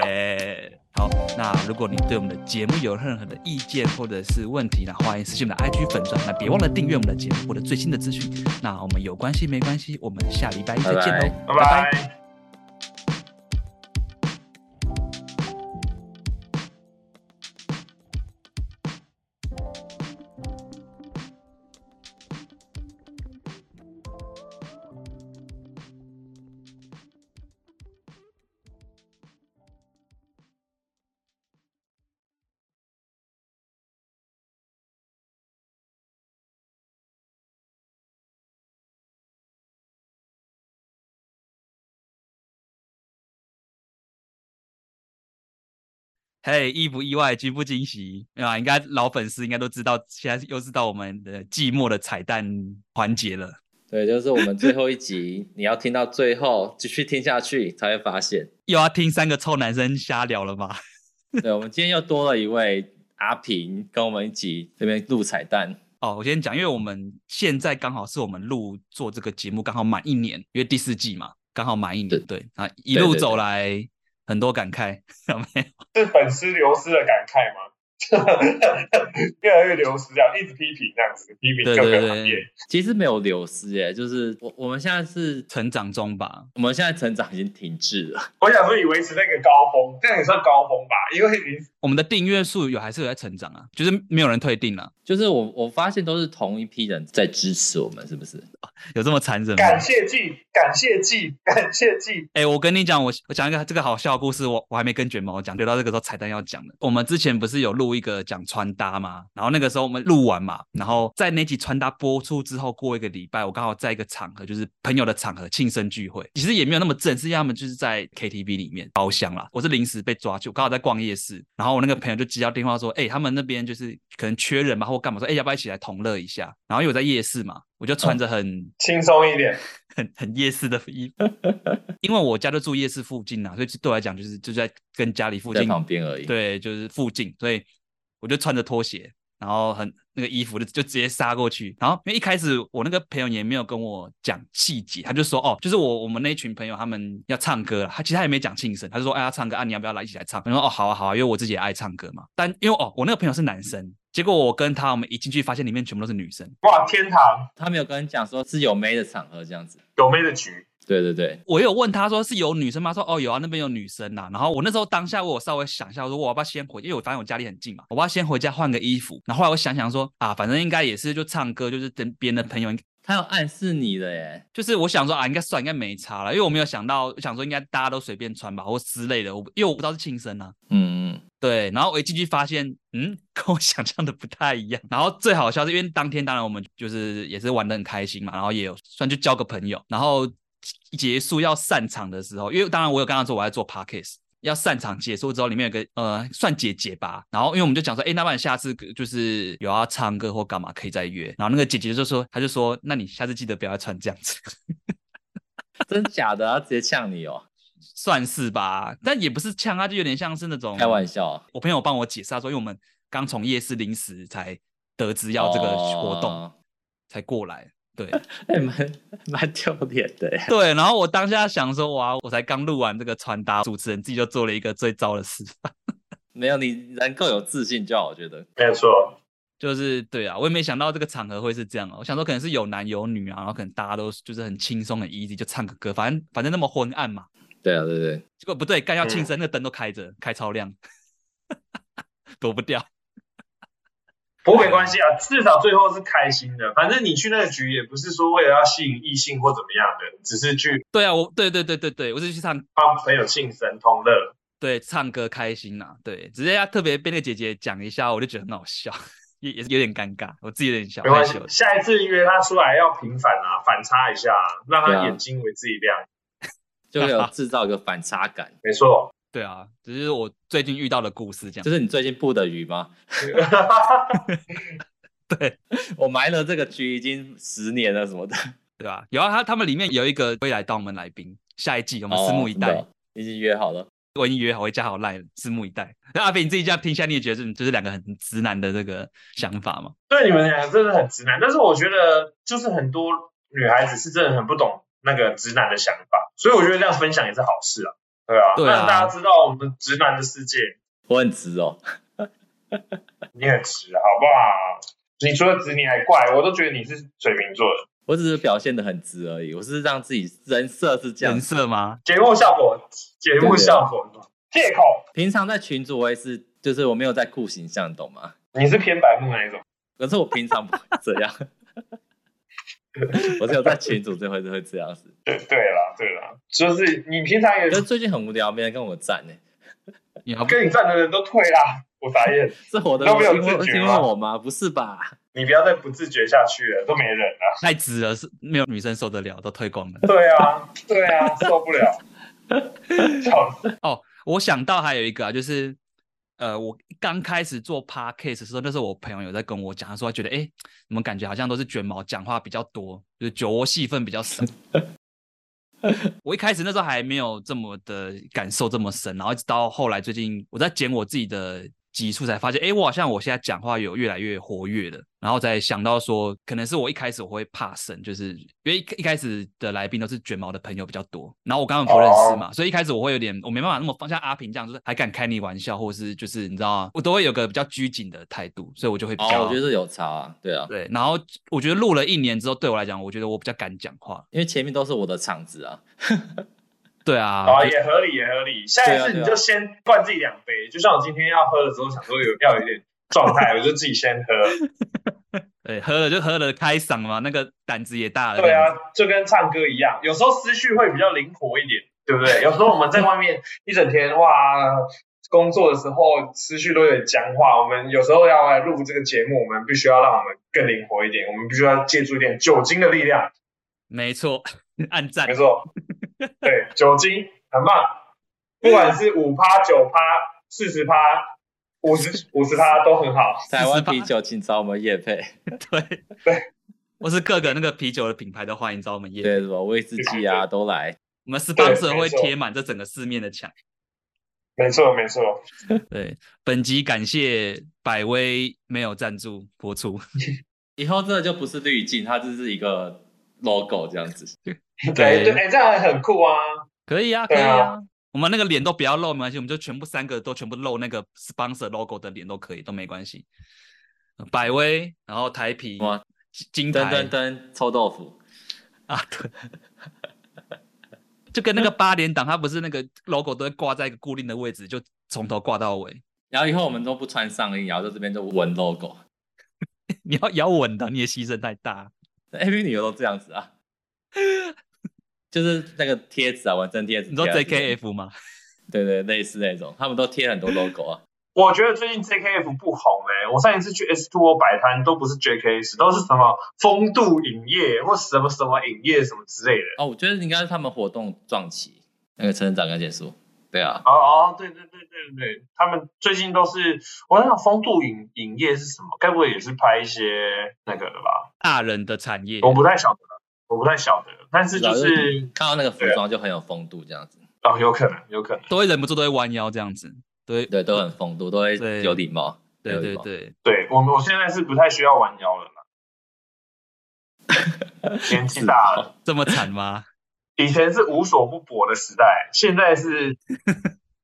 S3: 哎，好，那如果你对我们的节目有任何的意见或者是问题呢，欢迎私信我们的 IG 粉专，那别忘了订阅我们的节目或者最新的资讯。那我们有关系没关系，我们下礼拜一再见喽，
S4: 拜拜。
S3: 嘿，意不意外，惊不惊喜啊？应该老粉丝应该都知道，现在又知道我们的寂寞的彩蛋环节了。
S2: 对，就是我们最后一集，你要听到最后，继续听下去才会发现。
S3: 又要听三个臭男生瞎聊了吗？
S2: 对，我们今天又多了一位阿平跟我们一起这边录彩蛋。
S3: 哦，我先讲，因为我们现在刚好是我们录做这个节目刚好满一年，因为第四季嘛，刚好满一年。对啊，一
S2: 对
S3: 路
S2: 对
S3: 走
S2: 对
S3: 来很多感慨，有没有？
S4: 是粉丝流失的感慨吗？越来越流失，这样一直批评这样子，批评
S3: 对
S4: 各
S3: 对
S4: 个行业。
S3: 对，
S2: 其实没有流失诶、就是我我们现在是，
S3: 成长中吧。
S2: 我们现在成长已经停滞了。
S4: 我想说，你维持那个高峰，这样也算高峰吧？因为你
S3: 我们的订阅数有还是有在成长啊，就是没有人退订了、
S2: 就是我我发现都是同一批人在支持我们，是不是？
S3: 有这么残忍吗？
S4: 感谢季，感谢季，感谢季，
S3: 哎、我跟你讲，我我讲一个这个好笑的故事，我我还没跟卷毛讲，留到这个时候彩蛋要讲的。我们之前不是有录一个讲穿搭吗？然后那个时候我们录完嘛，然后在那集穿搭播出之后，过一个礼拜，我刚好在一个场合，就是朋友的场合庆生聚会，其实也没有那么正式，因为他们就是在 KTV 里面包厢啦。我是临时被抓去，我刚好在逛夜市，然后我那个朋友就接到电话说，哎、他们那边就是可能缺人嘛，或干嘛，说，哎、要不要一起来同乐一下？然后因为我在夜市嘛，我就穿着很、
S4: 轻松一点。
S3: 很 很夜市的衣服，因为我家就住夜市附近啊，所以对我来讲就是就在跟家里附
S2: 在
S3: 近，
S2: 旁边而已。，
S3: 对，就是附近，所以我就穿着拖鞋，然后很那个衣服就就直接杀过去。然后因为一开始我那个朋友也没有跟我讲细节，他就说哦，就是我我们那一群朋友他们要唱歌了，他其实他也没讲庆生，他就说哎要唱歌啊，你要不要来一起来唱？我说哦好啊好啊，因为我自己也爱唱歌嘛。但因为哦我那个朋友是男生，结果我跟他我们一进去发现里面全部都是女生，
S4: 哇，天堂
S2: 他没有跟你讲说是有妹的场合这样子。
S4: 有妹的局，
S2: 对对对，
S3: 我有问他说是有女生吗？他说哦有啊，那边有女生呐、然后我那时候当下我有稍微想一下，我说我要不要先回，因为我发现我家里很近嘛，我要不要先回家换个衣服。然后后来我想想说啊，反正应该也是就唱歌，就是等别人的朋友，
S2: 他有暗示你的耶。
S3: 就是我想说啊，应该算应该没差了，因为我没有想到，我想说应该大家都随便穿吧或之类的，我因为我不知道是庆生啊。
S2: 嗯嗯，
S3: 对，然后我一进去发现，嗯，跟我 想象的不太一样。然后最好笑是因为当天当然我们就是也是玩的很开心嘛，然后也有算去交个朋友。然后结束要散场的时候，因为当然我有跟他说我在做 podcast，要散场结束之后，里面有个呃算姐姐吧，然后因为我们就讲说，哎，那不然下次就是有要唱歌或干嘛可以再约。然后那个姐姐就说，她就说，那你下次记得不要再穿这样子。
S2: 真假的啊，他直接呛你哦，
S3: 算是吧，但也不是呛，他就有点像是那种
S2: 开玩笑啊，
S3: 我朋友帮我解释，他说因为我们刚从夜市临时才得知 要这个活动、
S2: 哦
S3: 才过来，对
S2: 哎、蛮蛮丢脸的耶。
S3: 对。然后我当下想说，哇，我才刚录完这个传达，主持人自己就做了一个最糟的示范，
S2: 没有，你人够有自信就好，我觉得。
S1: 没有错，
S3: 就是对啊，我也没想到这个场合会是这样啊，我想说可能是有男有女啊，然后可能大家都就是很轻松很 easy 就唱个歌，反正反正那么昏暗嘛，
S2: 对啊，对对，
S3: 结果不对，干要庆生，那灯都开着，开超亮， 躲不掉。
S1: 不过没关系啊，至少最后是开心的。反正你去那个局也不是说为了要吸引异性或怎么样的，只是去
S3: 对啊，我对对对对对，我是去唱
S1: 帮朋友庆生同乐。
S3: 对唱歌开心呐、对，只是要特别被那个姐姐讲一下，我就觉得很好笑，也也是有点尴尬，我自己有点小
S1: 没关
S3: 害
S1: 系
S3: 羞，。
S1: 下一次约他出来要平反啊，反差一下啊，让
S2: 对
S1: 他
S2: 啊
S1: 眼睛为之一亮。
S2: 就 有制造一个反差感。
S1: 没错，
S3: 对啊，只是我最近遇到的故事这样。
S2: 就是你最近布的鱼 吗？我埋了这个局已经十年了，什么的。
S3: 对吧、有啊，他他们里面有一个会来当我们来宾，下一季我们拭目以
S2: 哦
S3: 待。
S2: 真的已经约好了。
S3: 我已经约好，我会加好赖了，拭目以待。那阿飞，你自己这样听下，你也觉得这就是两个很直男的这个想法吗？
S1: 对你们两个真的很直男，但是我觉得就是很多女孩子是真的很不懂那个直男的想法，所以我觉得这样分享也是好事啊。对啊，
S3: 对啊
S1: 让大家知道我们直男的世界，
S2: 我很直哦，
S1: 你很直，好不好？你除了直，你还怪，我都觉得你是水瓶座的。
S2: 我只是表现的很直而已，我是让自己人设是这样
S3: 人。设吗？
S1: 节目效果，节目效果，借口，
S2: 平常在群组我也是，就是我没有在酷形象，懂吗？
S1: 你是偏白目那一种。
S2: 可是我平常不会这样， 我只有在群组才会会这样子。
S1: 对对啦，对啦，就是你平常也
S2: 可是最近很无聊，没人跟我站呢、
S3: 你要不
S1: 跟你站的人都退啦，我傻眼。
S2: 是我的
S1: 都没有
S2: 因为
S1: 自
S2: 是
S1: 觉
S2: 因为
S1: 吗
S2: 我吗？不是吧？
S1: 你不要再不自觉下去了，都没人了。
S3: 太直了，是没有女生受得了，都退光了。
S1: 对啊，对啊，受不了。笑死
S3: 哦，我想到还有一个啊，就是呃，我刚开始做 podcast 的时候，那时候我朋友有在跟我讲，他说他觉得哎，诶怎么感觉好像都是卷毛讲话比较多，就是酒窝戏份比较少。 我一开始那时候还没有这么的感受这么深，然后一直到后来最近我在剪我自己的集数，才发现，哎，我好像我现在讲话有越来越活跃了，然后才想到说，可能是我一开始我会怕生，就是因为一一开始的来宾都是卷毛的朋友比较多，然后我刚刚不认识嘛，所以一开始我会有点我没办法那么放像阿平这样，就是还敢开你玩笑，或是就是你知道吗，我都会有个比较拘谨的态度，所以我就会比较、
S2: 哦，我觉得是有差、啊，对啊，
S3: 对，然后我觉得录了一年之后，对我来讲，我觉得我比较敢讲话，
S2: 因为前面都是我的场子啊。
S3: 对啊，
S1: 啊，也合理，也合理。下一次
S2: 对
S1: 你
S2: 啊
S1: 就先灌自己两杯，就像我今天要喝的时候，想说有要有一点状态，我就自己先喝。
S3: 对，喝了就喝了，开嗓嘛，那个胆子也大了。
S1: 对啊，，就跟唱歌一样，有时候思绪会比较灵活一点，对不对？有时候我们在外面一整天哇。工作的时候思绪都有点僵化，我们有时候要来录这个节目，我们必须要让我们更灵活一点，我们必须要借助一点酒精的力量，
S3: 没错， 暗赞
S1: 没。错，对，酒精很棒，不管是五趴、九趴、四十趴、五十五十趴都很好。
S2: 台湾啤酒，请找我们叶 配，
S3: 对
S1: 对，
S3: 我是各个那个啤酒的品牌都欢迎找我们业配，
S2: 对什么威士忌啊都来。
S3: 我们 sponsor
S1: 对没
S3: 会
S1: 错
S3: 贴满这整个四面的墙。
S1: 没错，没错，
S3: 对，本集感谢百威没有赞助播出，
S2: 以后这就不是滤镜，它就是一个 logo 这样子。
S1: 对对，哎，这样很酷啊！
S3: 可以啊，可
S1: 对
S3: 以
S1: 啊
S3: 啊。我们那个脸都不要露，没关系，我们就全部三个都全部露那个 sponsor logo 的脸都可以，都没关系。百威，然后台啤
S2: 哇，
S3: 金
S2: 噔
S3: 牌
S2: 噔噔，臭豆腐，
S3: 啊，对， 就跟那个八连档，它不是那个 logo 都会挂在一个固定的位置，就从头挂到尾。
S2: 然后以后我们都不穿上衣，然后在这边就纹 logo。
S3: 你要咬稳的，你也牺牲太大。
S2: A V 哎女优都这样子啊， 就是那个贴纸啊，纹身贴纸。
S3: 你说
S2: 贴在
S3: J
S2: 这边
S3: K F 吗？
S2: 对对，类似那种，他们都贴很多 logo 啊。
S1: 我觉得最近 JKF 不红哎、我上一次去 S2O 摆摊都不是 JKS，都是什么风度影业或什么什么影业什么之类的。
S2: 哦，我觉得应该是他们活动撞期，那个成人展跟结束。对啊，
S1: 哦哦，对对对对对，他们最近都是，我想风度影影业是什么？该不会也是拍一些那个的吧？
S3: 大人的产业，
S2: 哦
S1: 我不太晓得，我不太晓得，但是就是
S2: 看到那个服装就很有风度，这样子，
S1: 哦，有可能，有可能，
S3: 都会忍不住都会弯腰这样子，都会
S2: 对，都很风度，都会
S3: 对
S2: 有礼貌。
S3: 对
S2: 有礼
S3: 对
S2: 貌，
S3: 对，
S1: 对我我现在是不太需要弯腰了啦，年纪大了，
S3: 这么 惨吗？
S1: 以前是无所不搏的时代，现在是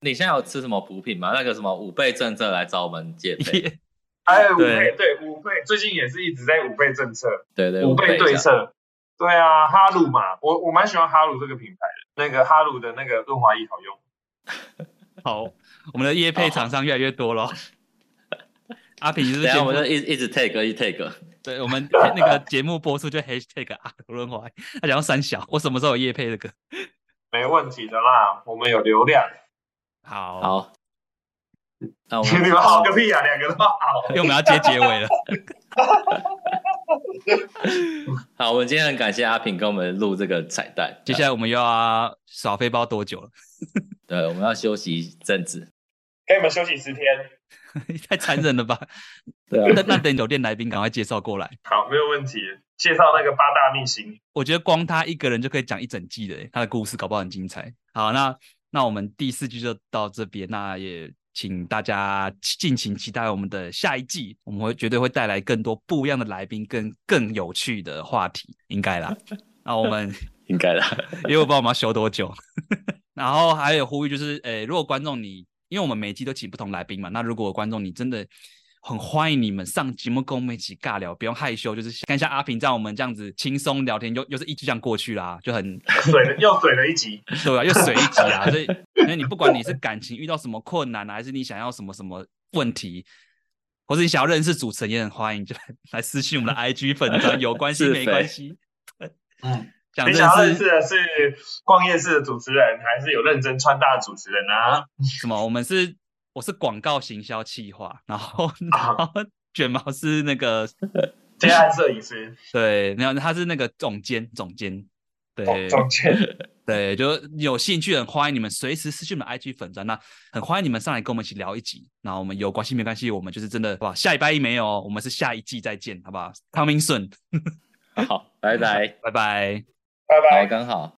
S2: 你现在有吃什么补品吗？那个什么五倍政策来找我们借 费，
S1: 哎五
S3: 对
S1: 倍对五倍，最近也是一直在五倍政策，
S2: 对对，
S1: 五倍对
S2: 一下，
S1: 策。对啊，哈鲁嘛，我我蛮喜欢哈鲁这个品牌的，那个哈鲁的那个润滑液好用。
S3: 好，我们的业配厂商越来越多了。 阿平就
S2: 等
S3: 是
S2: 一下
S3: 先
S2: 我们就一一直 take 一直 take，
S3: 对我们那个节目播出就 hashtag 阿润华，他讲到三小，我什么时候有叶配这个？
S1: 没问题的啦，我们有流量。
S3: 好，
S2: 好。那我们
S1: 你们好个屁啊，两个都好。
S3: 因为我们要接结尾了。
S2: 好，我们今天很感谢阿平跟我们录这个彩蛋，
S3: 接下来我们又要耍飞包多久了？
S2: 对，我们要休息一阵子。
S1: 给你们休息十天。
S3: 太残忍了吧？
S2: 对
S3: 那那等酒店来宾赶快介绍过来。
S1: 好，没有问题。介绍那个八大秘辛，
S3: 我觉得光他一个人就可以讲一整季的欸耶，他的故事搞不好很精彩。好，那那我们第四季就到这边，那也请大家敬请期待我们的下一季，我们会绝对会带来更多不一样的来宾，更更有趣的话题，应该啦。那我们
S2: 应该的。
S3: 因为我不知道我们要休多久。 然后还有呼吁就是，诶、如果观众你，因为我们每一集都请不同来宾嘛，那如果观众你真的很欢迎你们上节目跟我们一起尬聊，不用害羞，就是看一下阿平，这样我们这样子轻松聊天，又又是一就这样过去啦，就很
S1: 水了又水了一集。
S3: 对啊，又随机啊，所以因为你不管你是感情遇到什么困难啊，还是你想要什么什么问题，或是你想要认识主持人，也很欢迎就来来私信我们的 IG 粉专，有关系
S2: 是
S3: 没
S2: 非
S3: 关系，
S1: 嗯，
S3: 想
S1: 你想要认
S3: 认识
S1: 识的是逛夜市的主持人，还是有认真穿搭的主持人啊？
S3: 什么？我们是我是广告行销企划，然后然后卷毛是那个
S1: 接案摄影师，
S3: 对，然后他是那个总监，总监。对
S1: 哦中间
S3: 对，就有兴趣的人，欢迎你们随时私讯我们的 IG 粉专，那很欢迎你们上来跟我们一起聊一集。然后我们有关系没关系，我们就是真的哇，下礼拜一没有哦，我们是下一季再见，好不好？Coming soon，
S2: 好，拜拜。
S3: 拜拜。
S1: 拜拜
S2: 好，。刚好。